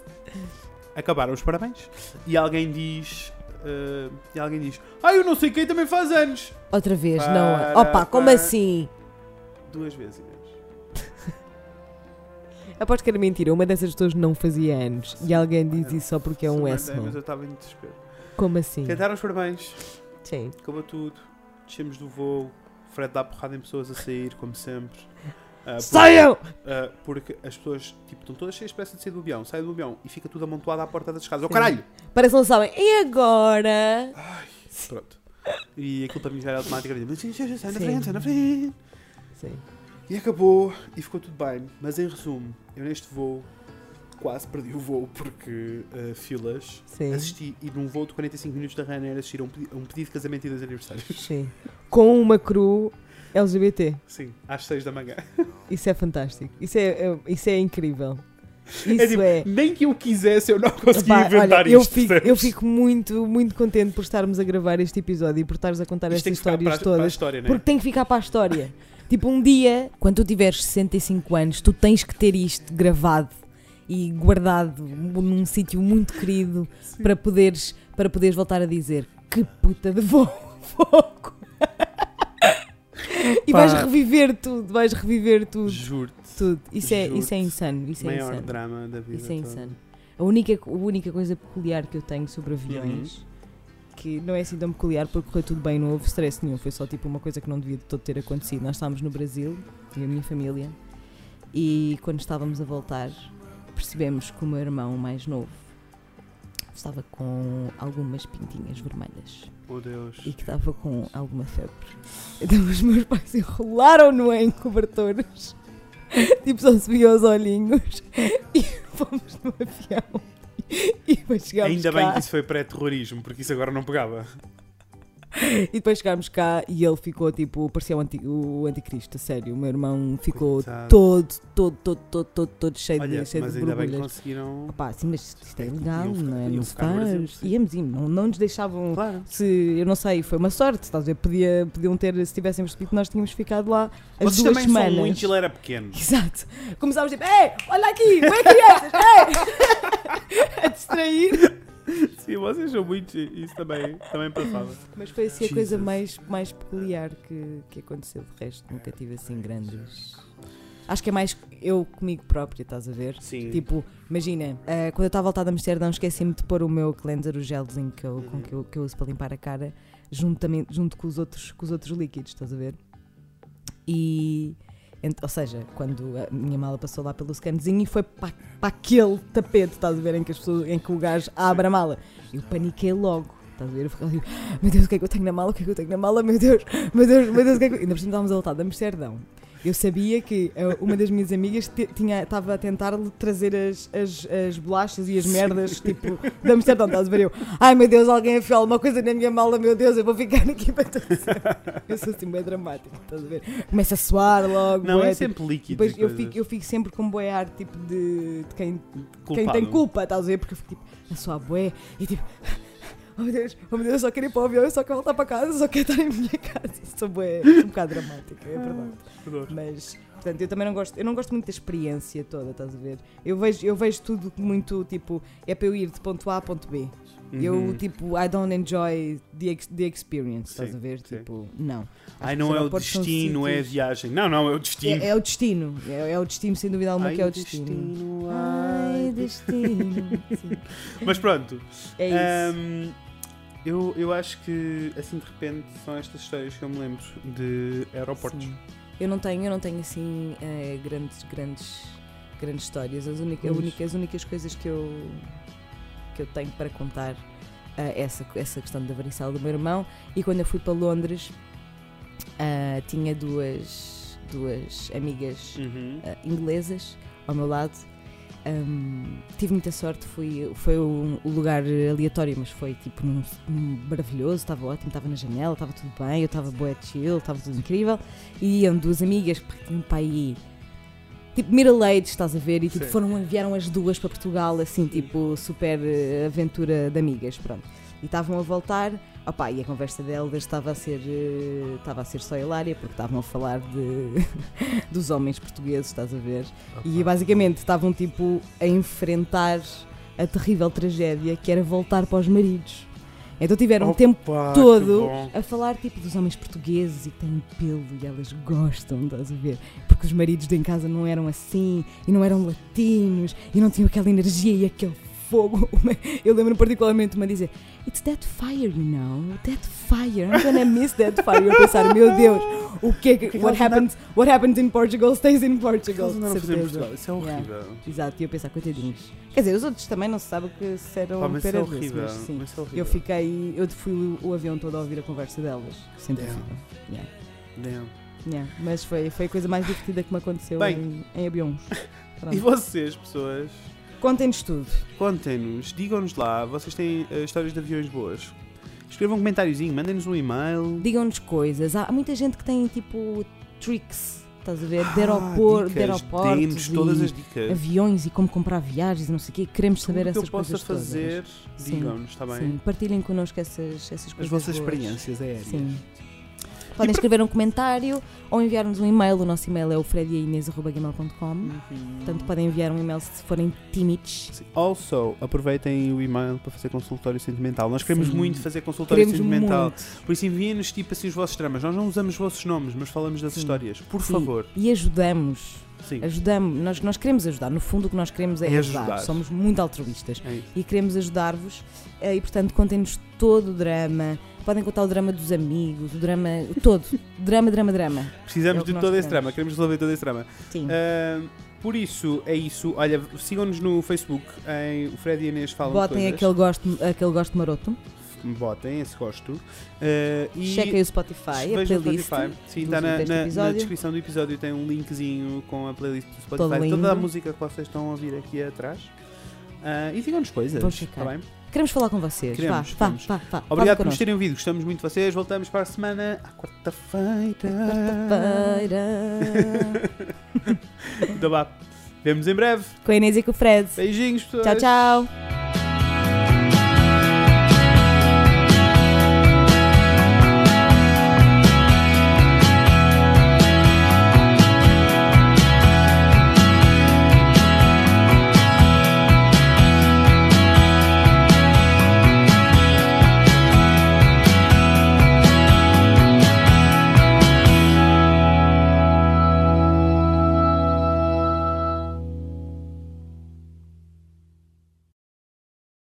Speaker 1: Acabaram os parabéns. E alguém diz. ah, e alguém diz, ah, eu não sei quem também faz anos!
Speaker 2: Outra vez,
Speaker 1: Para,
Speaker 2: não é? Opa, como
Speaker 1: para.
Speaker 2: assim?
Speaker 1: Duas vezes, Inês.
Speaker 2: Aposto que era mentira, uma dessas pessoas não fazia anos. E alguém diz isso só porque é um
Speaker 1: Super
Speaker 2: s
Speaker 1: bem, Mas eu estava em desespero.
Speaker 2: Como assim?
Speaker 1: Cantaram os parabéns.
Speaker 2: Sim.
Speaker 1: Ah, Acabou tudo, descemos do voo, Fred dá porrada em pessoas a sair, como sempre. Ah, porque-
Speaker 2: Saiam!
Speaker 1: ah, porque as pessoas tipo, estão todas cheias de pressa de sair do avião, saem do avião e fica tudo amontoado à porta das casas. Oh
Speaker 2: Sim.
Speaker 1: caralho!
Speaker 2: Parece que não sabem. E agora?
Speaker 1: Pronto. E aquilo para mim já era automático. eu dizia, "Sim, sim, sim, Sai na
Speaker 2: Sim.
Speaker 1: frente, sai na frente.
Speaker 2: Sim.
Speaker 1: E acabou e ficou tudo bem. Mas em resumo, eu neste voo quase perdi o voo porque ah, filas.
Speaker 2: Sim.
Speaker 1: Assisti e num voo de 45 minutos da Ryanair assistir a um, pedi- a um pedido de casamento e dois aniversários.
Speaker 2: Sim. Com uma crew LGBT.
Speaker 1: Sim, às 6 da manhã.
Speaker 2: Isso é fantástico. Isso é, é- isso é incrível. Isso
Speaker 1: é tipo,
Speaker 2: é.
Speaker 1: nem que eu quisesse eu não conseguia
Speaker 2: Epá,
Speaker 1: inventar
Speaker 2: olha,
Speaker 1: isto.
Speaker 2: eu fico, eu
Speaker 1: percebes?
Speaker 2: fico muito, muito contente por estarmos a gravar este episódio e por estares a contar
Speaker 1: Isto tem
Speaker 2: estas
Speaker 1: que ficar para,
Speaker 2: histórias
Speaker 1: a- para a
Speaker 2: todas.
Speaker 1: história, né?
Speaker 2: Porque tem que ficar para a história. tipo, um dia, quando tu tiveres 65 anos, tu tens que ter isto gravado e guardado num sítio muito querido
Speaker 1: Sim.
Speaker 2: para poderes, para poderes voltar a dizer que puta de vo- foco. e
Speaker 1: Pá.
Speaker 2: vais reviver tudo, vais reviver tudo,
Speaker 1: Juro-te.
Speaker 2: tudo. Isso é, isso é
Speaker 1: Juro-te.
Speaker 2: insano, isso é
Speaker 1: maior
Speaker 2: insano.
Speaker 1: drama da vida.
Speaker 2: Isso é
Speaker 1: toda. Uhum.
Speaker 2: insano. A única, a única coisa peculiar que eu tenho sobre aviões, que não é assim tão peculiar porque correu tudo bem, não houve stress nenhum, foi só tipo uma coisa que não devia de todo ter acontecido. Nós estávamos no Brasil, eu e a minha família, e quando estávamos a voltar, percebemos que o meu irmão mais novo estava com algumas pintinhas vermelhas
Speaker 1: Oh Deus.
Speaker 2: e que estava com alguma febre. Então os meus pais enrolaram-no em cobertores. Tipo, só se via os olhinhos e fomos no avião. E depois chegámos
Speaker 1: Ainda
Speaker 2: cá.
Speaker 1: bem que isso foi pré-terrorismo, porque isso agora não pegava.
Speaker 2: E depois chegámos cá e ele ficou tipo, parecia o, anti- o anticristo, a sério. O meu irmão ficou
Speaker 1: Coitado.
Speaker 2: todo, todo, todo, todo, todo, todo cheio
Speaker 1: Olha,
Speaker 2: de, cheio
Speaker 1: mas
Speaker 2: de
Speaker 1: ainda bem que
Speaker 2: borbulhas.
Speaker 1: conseguiram.
Speaker 2: Opá, sim, mas isto é
Speaker 1: Iam
Speaker 2: legal,
Speaker 1: ficar-
Speaker 2: não é?
Speaker 1: iam
Speaker 2: Não se
Speaker 1: ficar no Brasil,
Speaker 2: faz.
Speaker 1: sim.
Speaker 2: Íamos, íamos, não, não nos deixavam
Speaker 1: Claro.
Speaker 2: se eu não sei, foi uma sorte, estás a ver? Podia, podiam ter, se tivéssemos recebido, nós tínhamos ficado lá as
Speaker 1: Vocês
Speaker 2: duas
Speaker 1: também
Speaker 2: semanas.
Speaker 1: são muito, ele era pequeno.
Speaker 2: Exato. Começámos tipo, ei, olha aqui, como é crianças, ei! a distrair.
Speaker 1: Sim, vocês são muito. Isso também, também passava.
Speaker 2: Mas foi assim a
Speaker 1: Jesus.
Speaker 2: coisa mais, mais peculiar que, que aconteceu. De resto, nunca tive assim grandes. Acho que é mais eu comigo própria, estás a ver?
Speaker 1: Sim.
Speaker 2: Tipo, imagina, ah, quando eu estava voltada a Amsterdão, esqueci-me de pôr o meu cleanser, o gelzinho que eu, com que, eu, que eu uso para limpar a cara, juntamente, junto com os, outros, com os outros líquidos, estás a ver? E. ent- Ou seja, quando a minha mala passou lá pelo scanzinho e foi para, para aquele tapete, estás a ver, em que, as pessoas, em que o gajo abre a mala. Eu paniquei logo, estás a ver? Eu fiquei tipo, meu Deus, o que é que eu tenho na mala? O que é que eu tenho na mala? Meu Deus, meu Deus, meu Deus, o que é que eu... Ainda por cima estávamos a voltar de Amsterdão. Eu sabia que eh, uma das minhas amigas te- tinha- estava a tentar lhe trazer as, as, as bolachas e as merdas, tipo, de Amsterdão, estás a ver? Eu, ai meu Deus, alguém afiou alguma coisa na minha mala, meu Deus, eu vou ficar aqui para tudo sempre." Eu sou assim, bem dramático, estás a ver? Começo a suar logo,
Speaker 1: Não,
Speaker 2: bué,
Speaker 1: é
Speaker 2: tipo,
Speaker 1: sempre
Speaker 2: e
Speaker 1: líquido.
Speaker 2: depois eu fico, eu fico sempre com bué ar, tipo, de, de quem quem
Speaker 1: Culpado.
Speaker 2: tem culpa, estás a ver? Porque eu fico tipo, a sua bué, e tipo, oh meu Deus, oh meu Deus, eu só quero ir para o avião, eu só quero voltar para casa, eu só quero estar em minha casa. Sou bué, sou um bocado dramática, é verdade.
Speaker 1: Ah, Perdão.
Speaker 2: Mas, portanto, eu também não gosto, eu não gosto muito da experiência toda, estás a ver? Eu vejo, eu vejo tudo muito, tipo, é para eu ir de ponto A a ponto B. Eu,
Speaker 1: Uhum.
Speaker 2: tipo, I don't enjoy the, ex- the experience, estás
Speaker 1: Sim,
Speaker 2: a ver?
Speaker 1: sim.
Speaker 2: Tipo, não.
Speaker 1: Ai,
Speaker 2: Acho
Speaker 1: não é
Speaker 2: que os
Speaker 1: o
Speaker 2: aeroportos são
Speaker 1: destino, é a
Speaker 2: sítios-
Speaker 1: viagem. Não, não, é o destino.
Speaker 2: é, é o destino, é, é o destino, sem dúvida alguma
Speaker 1: Ai,
Speaker 2: que é o
Speaker 1: destino,
Speaker 2: destino.
Speaker 1: ai,
Speaker 2: Ai, destino. Sim.
Speaker 1: Mas pronto.
Speaker 2: É isso.
Speaker 1: Ahm, eu, eu acho que, assim, de repente, são estas histórias que eu me lembro de aeroportos.
Speaker 2: Sim. Eu não tenho, eu não tenho assim eh, grandes, grandes, grandes histórias. As, única, a
Speaker 1: Pois.
Speaker 2: única- as únicas coisas que eu que eu tenho para contar eh, essa essa questão da varicela do meu irmão e quando eu fui para Londres ah, tinha duas duas amigas
Speaker 1: Uhum.
Speaker 2: ah, inglesas ao meu lado. Ahm, tive muita sorte, fui, foi um lugar aleatório, mas foi tipo num- num maravilhoso, estava ótimo, estava na janela, estava tudo bem, eu estava boa chill, estava tudo incrível. E iam duas amigas, pá, tinham para aí, tipo middle age, estás a ver, e tipo
Speaker 1: Sim.
Speaker 2: foram, enviaram as duas para Portugal, assim, tipo super eh, aventura de amigas, pronto. E estavam a voltar, opá, e a conversa delas estava a ser, eh, estava a ser só hilária, porque estavam a falar de, dos homens portugueses, estás a ver? E basicamente estavam tipo a enfrentar a terrível tragédia que era voltar para os maridos. Então tiveram um
Speaker 1: Opa,
Speaker 2: tempo
Speaker 1: Oh, que
Speaker 2: todo
Speaker 1: bom.
Speaker 2: a falar tipo dos homens portugueses e que têm pelo e elas gostam, estás a ver? Porque os maridos de em casa não eram assim e não eram latinos e não tinham aquela energia e aquele fogo. Uma- Eu lembro particularmente de uma dizer: It's that fire, you know? That fire. I'm gonna miss that fire. Eu a pensar: Meu Deus, o que é
Speaker 1: O que é que
Speaker 2: que.
Speaker 1: elas
Speaker 2: What
Speaker 1: andaram-
Speaker 2: happens, what happens in Portugal stays in
Speaker 1: O que
Speaker 2: Portugal.
Speaker 1: eles andaram a fazer em
Speaker 2: certeza.
Speaker 1: Portugal? Isso é
Speaker 2: Yeah.
Speaker 1: horrível.
Speaker 2: Exato, e eu pensar, coitadinhos. Quer dizer, os outros também não se sabe o que se eram
Speaker 1: Pá, mas isso é
Speaker 2: pera doce,
Speaker 1: horrível.
Speaker 2: um mas sim.
Speaker 1: Mas isso é horrível.
Speaker 2: Eu fiquei, eu fui o, o avião todo a ouvir a conversa delas. Sempre
Speaker 1: Damn.
Speaker 2: assim. Yeah.
Speaker 1: Damn.
Speaker 2: Yeah. Mas foi, foi a coisa mais divertida que me aconteceu
Speaker 1: Bem.
Speaker 2: em, em aviões. Pronto.
Speaker 1: E vocês, pessoas,
Speaker 2: Contem-nos tudo.
Speaker 1: contem-nos, digam-nos lá, vocês têm eh, histórias de aviões boas. Escrevam um comentáriozinho, mandem-nos um e-mail.
Speaker 2: Digam-nos coisas. Há há muita gente que tem tipo tricks, estás a ver? De,
Speaker 1: Ah,
Speaker 2: aeropor, de
Speaker 1: dicas.
Speaker 2: aeroportos,
Speaker 1: Deem-nos todas
Speaker 2: e
Speaker 1: as dicas.
Speaker 2: aviões e como comprar viagens e não sei o quê. Queremos saber
Speaker 1: Tudo
Speaker 2: essas
Speaker 1: que eu possa
Speaker 2: coisas todas.
Speaker 1: fazer,
Speaker 2: Sim.
Speaker 1: digam-nos, está bem?
Speaker 2: Sim, partilhem connosco essas, essas coisas.
Speaker 1: As vossas
Speaker 2: boas.
Speaker 1: experiências é aéreas.
Speaker 2: Sim. Podem
Speaker 1: E por-
Speaker 2: escrever um comentário ou enviar-nos um e-mail. O nosso e-mail é o frediainês.gmail.com
Speaker 1: Uhum.
Speaker 2: Portanto, podem enviar um e-mail se forem tímidos.
Speaker 1: Sim. Also, aproveitem o e-mail para fazer consultório sentimental. Nós queremos
Speaker 2: Sim.
Speaker 1: muito fazer consultório
Speaker 2: Queremos
Speaker 1: sentimental.
Speaker 2: muito.
Speaker 1: Por isso enviem-nos tipo assim os vossos dramas. Nós não usamos os vossos nomes, mas falamos das
Speaker 2: Sim.
Speaker 1: histórias. Por
Speaker 2: Sim.
Speaker 1: favor.
Speaker 2: E ajudamos.
Speaker 1: Sim.
Speaker 2: Ajudamos. Nós, nós queremos ajudar. No fundo, o que nós queremos é,
Speaker 1: É
Speaker 2: ajudar.
Speaker 1: ajudar.
Speaker 2: Somos muito altruístas.
Speaker 1: É isso.
Speaker 2: E queremos ajudar-vos. Eh, E, portanto, contem-nos todo o drama. Podem contar o drama dos amigos, o drama todo. drama, drama, drama.
Speaker 1: Precisamos
Speaker 2: É o que
Speaker 1: de
Speaker 2: nós
Speaker 1: todo esse
Speaker 2: queremos.
Speaker 1: drama. Queremos resolver todo esse drama.
Speaker 2: Sim.
Speaker 1: Ahm, por isso, é isso. Olha, sigam-nos no Facebook em o Fred e Inês falam
Speaker 2: Botem
Speaker 1: coisas.
Speaker 2: aquele gosto, aquele gosto maroto.
Speaker 1: Botem esse gosto. Ah, e
Speaker 2: Chequem o Spotify, a
Speaker 1: vejam o
Speaker 2: playlist.
Speaker 1: Spotify. Sim,
Speaker 2: do-
Speaker 1: está na,
Speaker 2: deste
Speaker 1: na- na
Speaker 2: episódio.
Speaker 1: descrição do episódio tem um linkzinho com a playlist do
Speaker 2: Todo
Speaker 1: Spotify.
Speaker 2: lindo.
Speaker 1: Toda a música que vocês estão a ouvir aqui atrás. Ah, e digam-nos coisas.
Speaker 2: Vão checar.
Speaker 1: tá bem?
Speaker 2: Queremos falar com vocês.
Speaker 1: Queremos,
Speaker 2: vá,
Speaker 1: queremos.
Speaker 2: vá, vá, vá.
Speaker 1: Obrigado por
Speaker 2: Falem
Speaker 1: nos
Speaker 2: connosco.
Speaker 1: terem ouvido. Gostamos muito de vocês. Voltamos para a semana, à quarta-feira.
Speaker 2: Quarta-feira.
Speaker 1: então vá. Vemos em breve.
Speaker 2: com a Inês e com o Fred.
Speaker 1: Beijinhos, pessoas.
Speaker 2: Tchau, tchau.